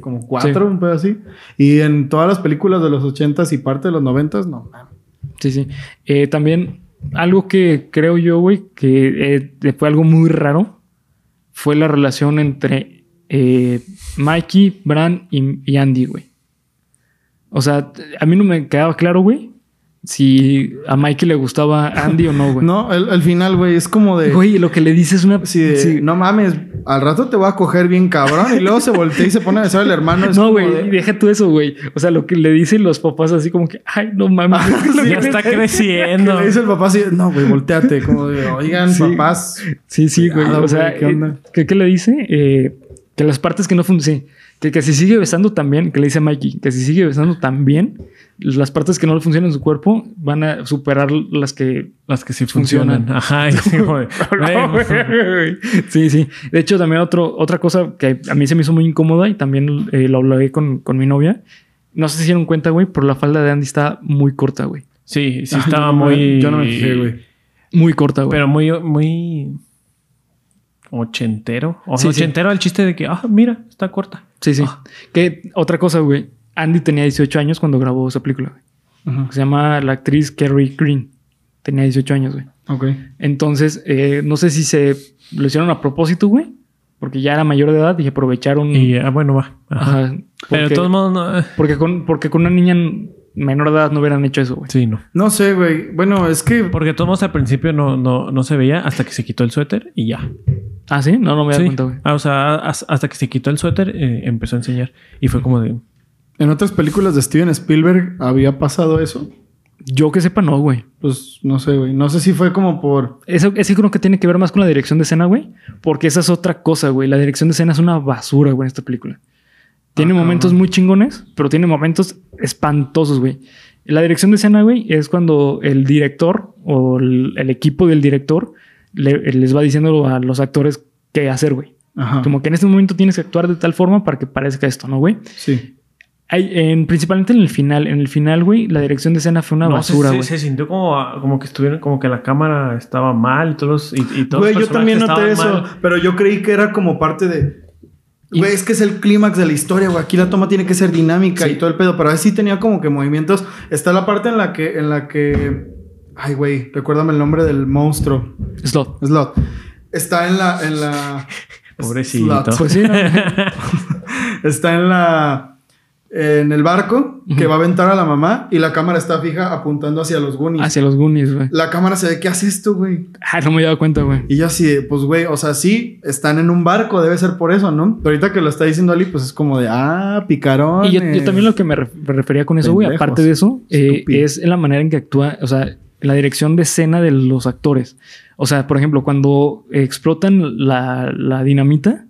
B: Como cuatro, un pedo así. Y en todas las películas de los ochentas y parte de los noventas, no mames.
A: Sí, sí. Eh, también algo que creo yo, güey, que eh, fue algo muy raro, fue la relación entre eh, Mikey, Bran y, y Andy, güey. O sea, t- a mí no me quedaba claro, güey, si a Mikey le gustaba Andy o no, güey.
B: (laughs) No, el, el final, güey, es como de.
A: Güey, lo que le dice es una...
B: Sí, de,
A: sí.
B: no mames, al rato te voy a coger bien cabrón. Y luego se voltea y se pone a besar al hermano. es
A: No,
B: como
A: güey,
B: de-
A: deja tú eso, güey. O sea, lo que le dicen los papás así como que, ay, no mames.
B: (laughs)
A: lo que
C: Ya
A: le- (laughs)
C: está
B: que
C: creciendo.
B: le dice el papá así, no, güey, volteate. Como de, oigan,
A: Sí.
B: papás.
A: Sí, sí, güey.
B: Cuidado,
A: O sea,
B: güey, ¿qué
A: eh,
B: onda?
A: ¿qué, qué le dice? Eh, que las partes que no funcionan. Que, que si sigue besando también, que le dice a Mikey, que si sigue besando también, las partes que no le funcionan en su cuerpo van a superar las que. (laughs)
C: Las que sí
A: Funcionan.
C: funcionan. Ajá. y
A: (laughs)
C: sí, güey. Güey.
A: sí, sí. De hecho, también otro, otra cosa que a mí se me hizo muy incómoda y también eh, lo hablé con, con mi novia. No sé si se dieron cuenta, güey, pero la falda de Andy está muy corta, güey.
C: Sí, sí
B: Ay,
C: estaba
B: no,
C: muy...
B: Yo no me fijé, güey.
A: Muy corta, güey.
C: Pero muy, muy ochentero. O
A: Sí, sí.
C: ochentero al chiste de que, ah, mira, está corta.
A: Sí, sí.
C: Ah.
A: Que otra cosa, güey. Andy tenía 18 años cuando grabó esa película, güey.
B: Ajá.
A: que se llama la actriz Kerry Green. Tenía 18 años, güey.
B: Ok.
A: Entonces, eh, no sé si se lo hicieron a propósito, güey. Porque ya era mayor de edad y aprovecharon.
C: Y ah, bueno, va. Ajá.
A: Mm. Ajá.
C: Pero de
A: porque,
C: todos modos, no. eh,
A: porque con, porque con una niña menor de edad no hubieran hecho eso, güey.
C: Sí, no.
B: No sé, güey. Bueno, es que.
C: Porque de todos modos al principio no, no, no se veía hasta que se quitó el suéter y ya.
A: Ah, sí, no, no me he
C: Sí.
A: dado cuenta, güey.
C: Ah, o sea, as- hasta que se quitó el suéter eh, empezó a enseñar. Y fue como de...
B: En otras películas de Steven Spielberg había pasado eso.
A: Yo que sepa, no, güey.
B: Pues no sé, güey. No sé si fue como por.
A: Eso, eso creo que tiene que ver más con la dirección de escena, güey. Porque esa es otra cosa, güey. La dirección de escena es una basura, güey, en esta película. Tiene
B: Ah,
A: momentos
B: cabrón.
A: muy chingones, pero tiene momentos espantosos, güey. La dirección de escena, güey, es cuando el director o el, el equipo del director le- les va diciendo a los actores qué hacer, güey.
B: Ajá.
A: Como que en este momento tienes que actuar de tal forma para que parezca esto, ¿no, güey?
B: Sí.
A: Hay- en- principalmente en el final. En el final, güey, la dirección de escena fue una
C: No,
A: basura,
C: se,
A: güey.
C: se- se sintió como, a- como que estuvieron, como que la cámara estaba mal y todos los- y, y todos
B: Güey,
C: los
B: yo también
C: personajes
B: noté eso.
C: estaban mal.
B: Pero yo creí que era como parte de.
A: Y-
B: Güey, es que es el clímax de la historia, güey. Aquí la toma tiene que ser dinámica
A: Sí.
B: y todo el pedo. Pero ahí sí tenía como que movimientos. Está la parte en la que. En la que... Ay, güey. Recuérdame el nombre del monstruo.
A: Slot.
B: Slot. Está en la. En la...
C: Pobrecito.
B: Slots.
A: Pues sí, no,
B: (laughs) está en la en el barco que va a aventar a la mamá y la cámara está fija apuntando hacia los Goonies.
A: hacia los Goonies, güey.
B: La cámara se ve que hace esto, güey.
A: Ah, no me había dado cuenta, güey.
B: Y yo así, de, pues güey, o sea, sí, están en un barco, debe ser por eso, ¿no? Pero ahorita que lo está diciendo Ali, pues es como de, ah, picarón.
A: Y yo, yo también lo que me, ref- me refería con eso, güey,
B: Pendejos.
A: aparte de eso, eh,
B: Estúpido.
A: es la manera en que actúa, o sea, la dirección de escena de los actores. O sea, por ejemplo, cuando explotan la, la dinamita,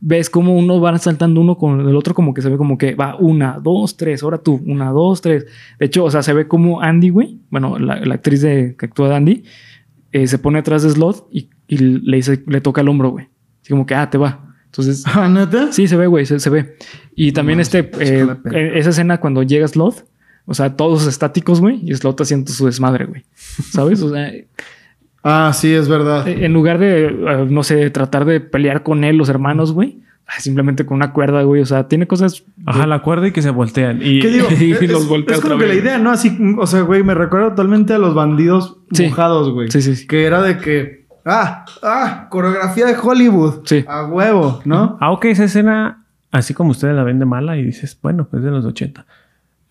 A: ves como uno va saltando uno con el otro, como que se ve como que va una, dos, tres, ahora tú, una, dos, tres. De hecho, o sea, se ve como Andy, güey, bueno, la, la actriz de, que actúa de Andy, eh, se pone atrás de Slot y, y le, dice, le toca el hombro, güey. Así como que, ah, te va. Entonces,
B: ¿Ah, neta?
A: Sí, se ve, güey, se, se ve. Y también
B: mames,
A: este,
B: es que
A: eh,
B: la pena.
A: eh, esa escena cuando llega Sloth, o sea, todos estáticos, güey, y Sloth haciendo su desmadre, güey. ¿Sabes? O
B: (laughs)
A: sea, eh,
B: Ah, sí, es verdad.
A: en lugar de, eh, no sé, tratar de pelear con él, los hermanos, güey, ah, simplemente con una cuerda, güey, o sea, tiene cosas.
C: Ajá, la cuerda y que se voltean. Y,
B: ¿Qué digo?
A: (laughs) Y
B: es,
A: los
B: es
A: voltea
B: como
A: otra
B: que la
A: vez.
B: idea, ¿no? Así, mm, o sea, güey, me recuerda totalmente a los bandidos
A: Sí.
B: mojados, güey.
A: Sí, sí, sí.
B: Que era de que, ah, ah, coreografía de Hollywood.
A: Sí.
B: A huevo, ¿no?
C: Aunque Ah, esa escena, así como ustedes la ven de mala y dices, bueno, pues es de los 80.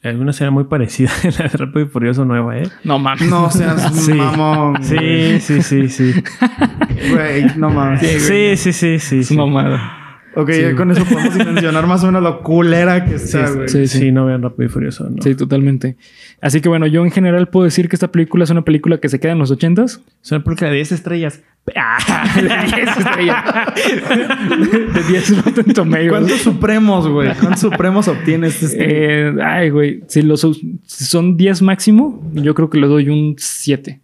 C: Hay una escena muy parecida (laughs) en la de Rápido y Furioso Nueva, ¿eh?
A: No mames. (laughs)
B: No seas
C: Sí.
B: mamón.
C: Sí, sí, sí, sí.
B: (laughs) Güey, no mames.
C: Sí, sí, sí, sí.
A: Es
C: Sí,
A: mamada.
B: Ok,
A: Sí,
B: ya
A: güey.
B: con eso podemos mencionar más o menos lo culera que está, güey.
A: sí,
C: sí,
A: sí.
C: sí, no vean Rápido y Furioso, ¿no?
A: Sí, totalmente. Así que bueno, yo en general puedo decir que esta película es una película que se queda en los ochentas. (laughs) Ah,
C: Son películas de 10 estrellas.
A: De 10 estrellas. (laughs) De 10 Rotten Tomatoes.
B: ¿Cuántos supremos, güey? ¿Cuántos supremos obtienes este?
A: Eh, ay, güey. Si, los, si son 10 máximo, yo creo que le doy un 7.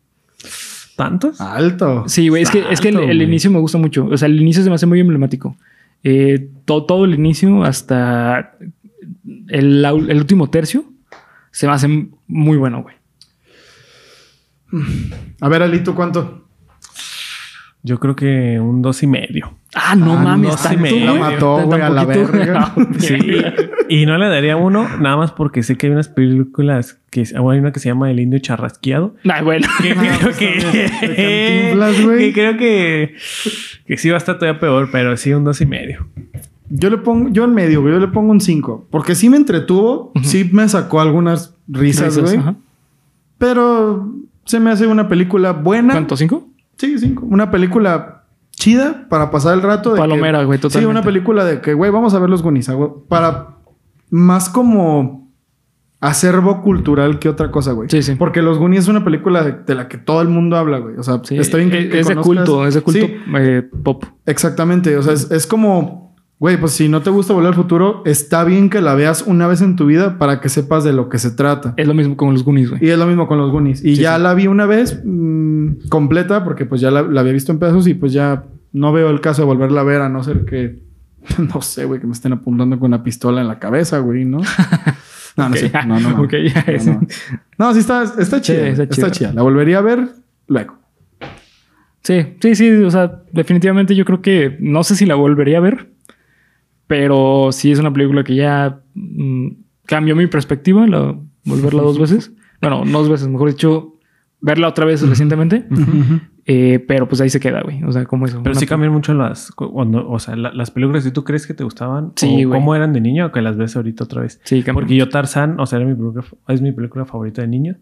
C: ¿Tantos?
B: Ah. Alto.
A: Sí, güey, es que, es que el,
C: Salto,
A: el
C: güey.
A: inicio me gusta mucho. O sea, el inicio se me hace muy emblemático. Eh, to- todo el inicio hasta el, au- el último tercio se me hace m- muy bueno, güey.
B: A ver, Alito, ¿cuánto?
C: Yo creo que un dos y medio.
A: Ah, no
B: Ah,
A: mames,
C: no se
A: tanto,
C: me-
A: güey.
C: la
B: mató,
A: Tan-
B: güey,
A: tan
B: a la
A: poquito. (laughs) Ah,
B: verga.
A: No,
C: Sí. y no le daría uno, nada más porque sé que hay unas películas que ah, bueno, hay una que se llama El Indio Charrasqueado.
A: Nah, bueno.
C: Que
B: Ah,
C: creo
B: pues
C: que. (laughs)
B: también, de Cantinflas, güey.
C: que creo que. Que sí va a estar todavía peor, pero sí un dos y medio.
B: Yo le pongo, yo en medio, güey, yo le pongo un 5. Porque sí me entretuvo,
A: Ujú.
B: sí me sacó algunas risas,
A: Risas,
B: güey.
A: ajá.
B: Pero se me hace una película buena.
A: ¿Cuánto? ¿Cinco?
B: Sí, cinco. Una película chida para pasar el rato. De
A: Palomera,
B: que-
A: güey, totalmente.
B: Sí, una película de que, güey, vamos a ver los Goonies. ah, güey. Para más como acervo cultural que otra cosa, güey.
A: Sí, sí.
B: Porque los Goonies es una película de, de la que todo el mundo habla, güey. O sea,
A: Sí,
B: está bien que,
A: es,
B: que
A: es de
B: conozcas-
A: culto, es de culto
B: Sí,
A: eh, pop.
B: exactamente. O sea, es, es como, güey, pues si no te gusta Volver al Futuro, está bien que la veas una vez en tu vida para que sepas de lo que se trata.
A: Es lo mismo con los Goonies, güey.
B: Y es lo mismo con los Goonies. Y
A: Sí,
B: ya
A: sí.
B: la vi una vez mm, completa, porque pues ya la, la había visto en pedazos y pues ya no veo el caso de volverla a ver, a no ser que, (laughs) no sé, güey, que me estén apuntando con una pistola en la cabeza,
A: (laughs)
B: güey, ¿no? No, no
A: Ok,
B: sé.
A: ya.
B: No, no, no.
A: Ok, ya es-
B: No, no. No, sí está, está chida. güey.
A: está
B: está,
A: chida.
B: chida. La volvería a ver luego.
A: Sí, sí, sí. O sea, definitivamente yo creo que no sé si la volvería a ver, pero sí es una película que ya mm, cambió mi perspectiva, la- volverla dos
C: (laughs)
A: veces. Bueno, no dos veces, mejor dicho, verla otra vez recientemente. Eh, pero pues ahí se queda, güey. O sea, como eso.
C: Pero
A: Una-
C: sí cambian mucho las. cu- cuando- o sea, la- las películas que tú crees que te gustaban.
A: Sí,
C: o
A: güey.
C: cómo eran de niño o que las ves ahorita otra vez.
A: Sí, cambió.
C: Porque yo Tarzán, o sea, era mi película- es mi película favorita de niño.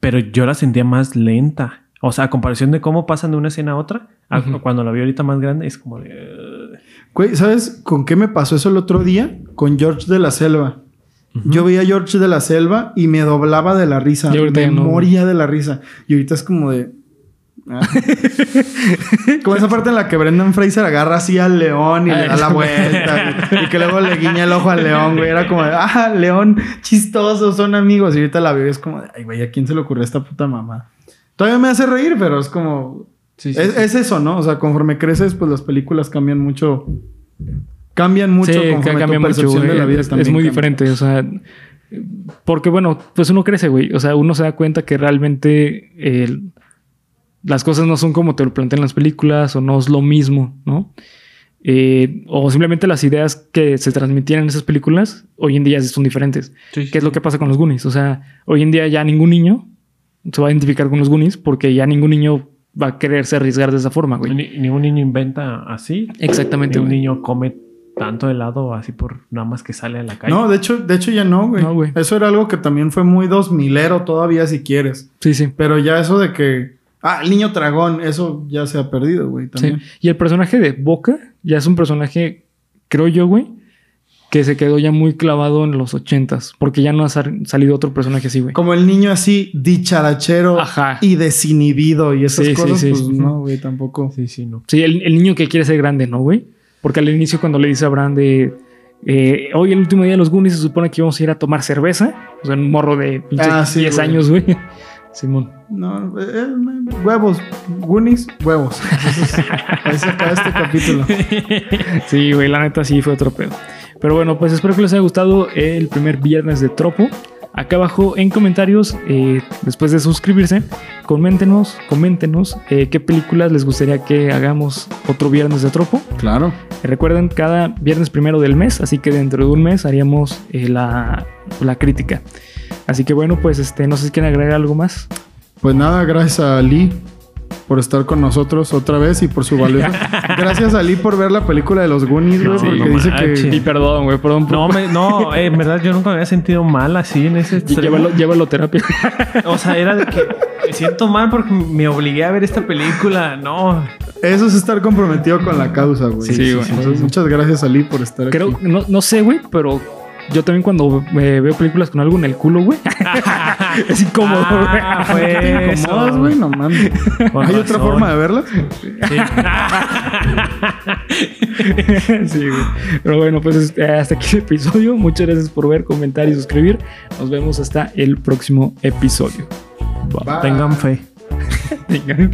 C: Pero yo la sentía más lenta. O sea, a comparación de cómo pasan de una escena a otra, a-
A: Ujú.
C: cuando la vi ahorita más grande, es como de.
B: Güey, ¿sabes con qué me pasó eso el otro día? Con George de la Selva. Yo veía a George de la Selva y me doblaba de la risa.
A: Y ahorita
B: Me
A: ya no, güey.
B: moría de la risa. Y ahorita es como de...
A: (laughs)
B: ah. como esa parte en la que Brendan Fraser agarra así al león y le da la vuelta. güey. y que luego le guiña el ojo al león, güey. Era como de, ah, león, chistoso, son amigos. Y ahorita la veo y es como de, ay, güey, ¿a quién se le ocurrió esta puta mamá? Todavía me hace reír, pero es como... es, es eso, ¿no? O sea, conforme creces, pues las películas cambian mucho. Cambian mucho
A: Sí, ca-
B: conforme
A: cambia
B: tu
A: mucho,
B: percepción
A: güey.
B: de la vida
A: Es,
B: también
A: es muy
B: cambia.
A: diferente, o sea, porque bueno, pues uno crece, güey. O sea, uno se da cuenta que realmente eh, las cosas no son como te lo plantean las películas o no es lo mismo, ¿no? Eh, o simplemente las ideas que se transmitían en esas películas hoy en día son diferentes. ¿Qué es lo que pasa con los Goonies? O sea, hoy en día ya ningún niño se va a identificar con los Goonies porque ya ningún niño va a quererse arriesgar de esa forma, güey.
C: Ni, ningún niño inventa así.
A: Exactamente.
C: Ningún
A: güey.
C: niño come tanto helado así por nada más que sale a la calle.
B: No, de hecho, de hecho ya no, güey.
A: No, güey.
B: Eso era algo que también fue muy dos milero todavía, si quieres.
A: Sí, sí.
B: Pero ya eso de que. Ah, el niño dragón, eso ya se ha perdido, güey.
A: Sí.
B: También.
A: Y el personaje de Boca ya es un personaje, creo yo, güey, que se quedó ya muy clavado en los ochentas, porque ya no ha sal- salido otro personaje así, güey.
B: Como el niño así, dicharachero
A: Ajá.
B: y desinhibido y esas
A: Sí, sí,
B: cosas,
A: sí.
B: pues no, güey, tampoco.
C: Sí, sí, no.
A: Sí, el, el niño que quiere ser grande, ¿no, güey? Porque al inicio cuando le dice a Bran de... eh, hoy el último día de los Goonies se supone que íbamos a ir a tomar cerveza. O sea, un morro de pinche
B: Ah, sí,
A: 10
B: güey.
A: años, güey. (laughs) Simón.
B: No, eh, eh, huevos, Goonies,
A: (laughs)
B: huevos. Ahí se acaba este
C: (laughs)
B: capítulo.
A: Sí, güey, la neta sí fue otro pedo. Pero bueno, pues espero que les haya gustado el primer viernes de Tropo. Acá abajo en comentarios, eh, después de suscribirse, coméntenos, coméntenos eh, qué películas les gustaría que hagamos otro viernes de Tropo. Eh,
B: Claro.
A: Recuerden, cada viernes primero del mes, así que dentro de un mes haríamos eh, la, la crítica. Así que bueno, pues este, no sé si quieren agregar algo más.
B: Pues nada, gracias a Ali por estar con nosotros otra vez y por su
C: (laughs)
B: valioso. gracias a Ali por ver la película de los Goonies, güey,
C: Sí,
B: porque
C: no
B: dice
C: manches.
B: que
A: Y perdón, güey, perdón. pues,
C: No, me-
A: (laughs)
C: no, eh, en verdad yo nunca me había sentido mal así en ese
A: Y
C: extremo.
A: llévalo, llévalo a terapia.
C: O sea, era de que me siento mal porque me obligué a ver esta película. No.
B: eso es estar comprometido con la causa, güey.
A: Sí, güey.
B: Entonces, muchas gracias Ali por estar
A: Creo,
B: aquí.
A: no, no sé, güey, pero yo también cuando eh, veo películas con algo en el culo, güey, es incómodo, güey.
C: Ah,
A: (laughs)
B: ¿Te
C: fue
B: incomodas,
C: eso.
B: güey? No mames.
C: Con
B: ¿Hay otra
C: razón.
B: forma de verlas?
C: Sí.
A: sí, güey. Pero bueno, pues este, hasta aquí el episodio. Muchas gracias por ver, comentar y suscribir. Nos vemos hasta el próximo episodio.
B: Bye.
C: Tengan fe.
A: (laughs) Venga.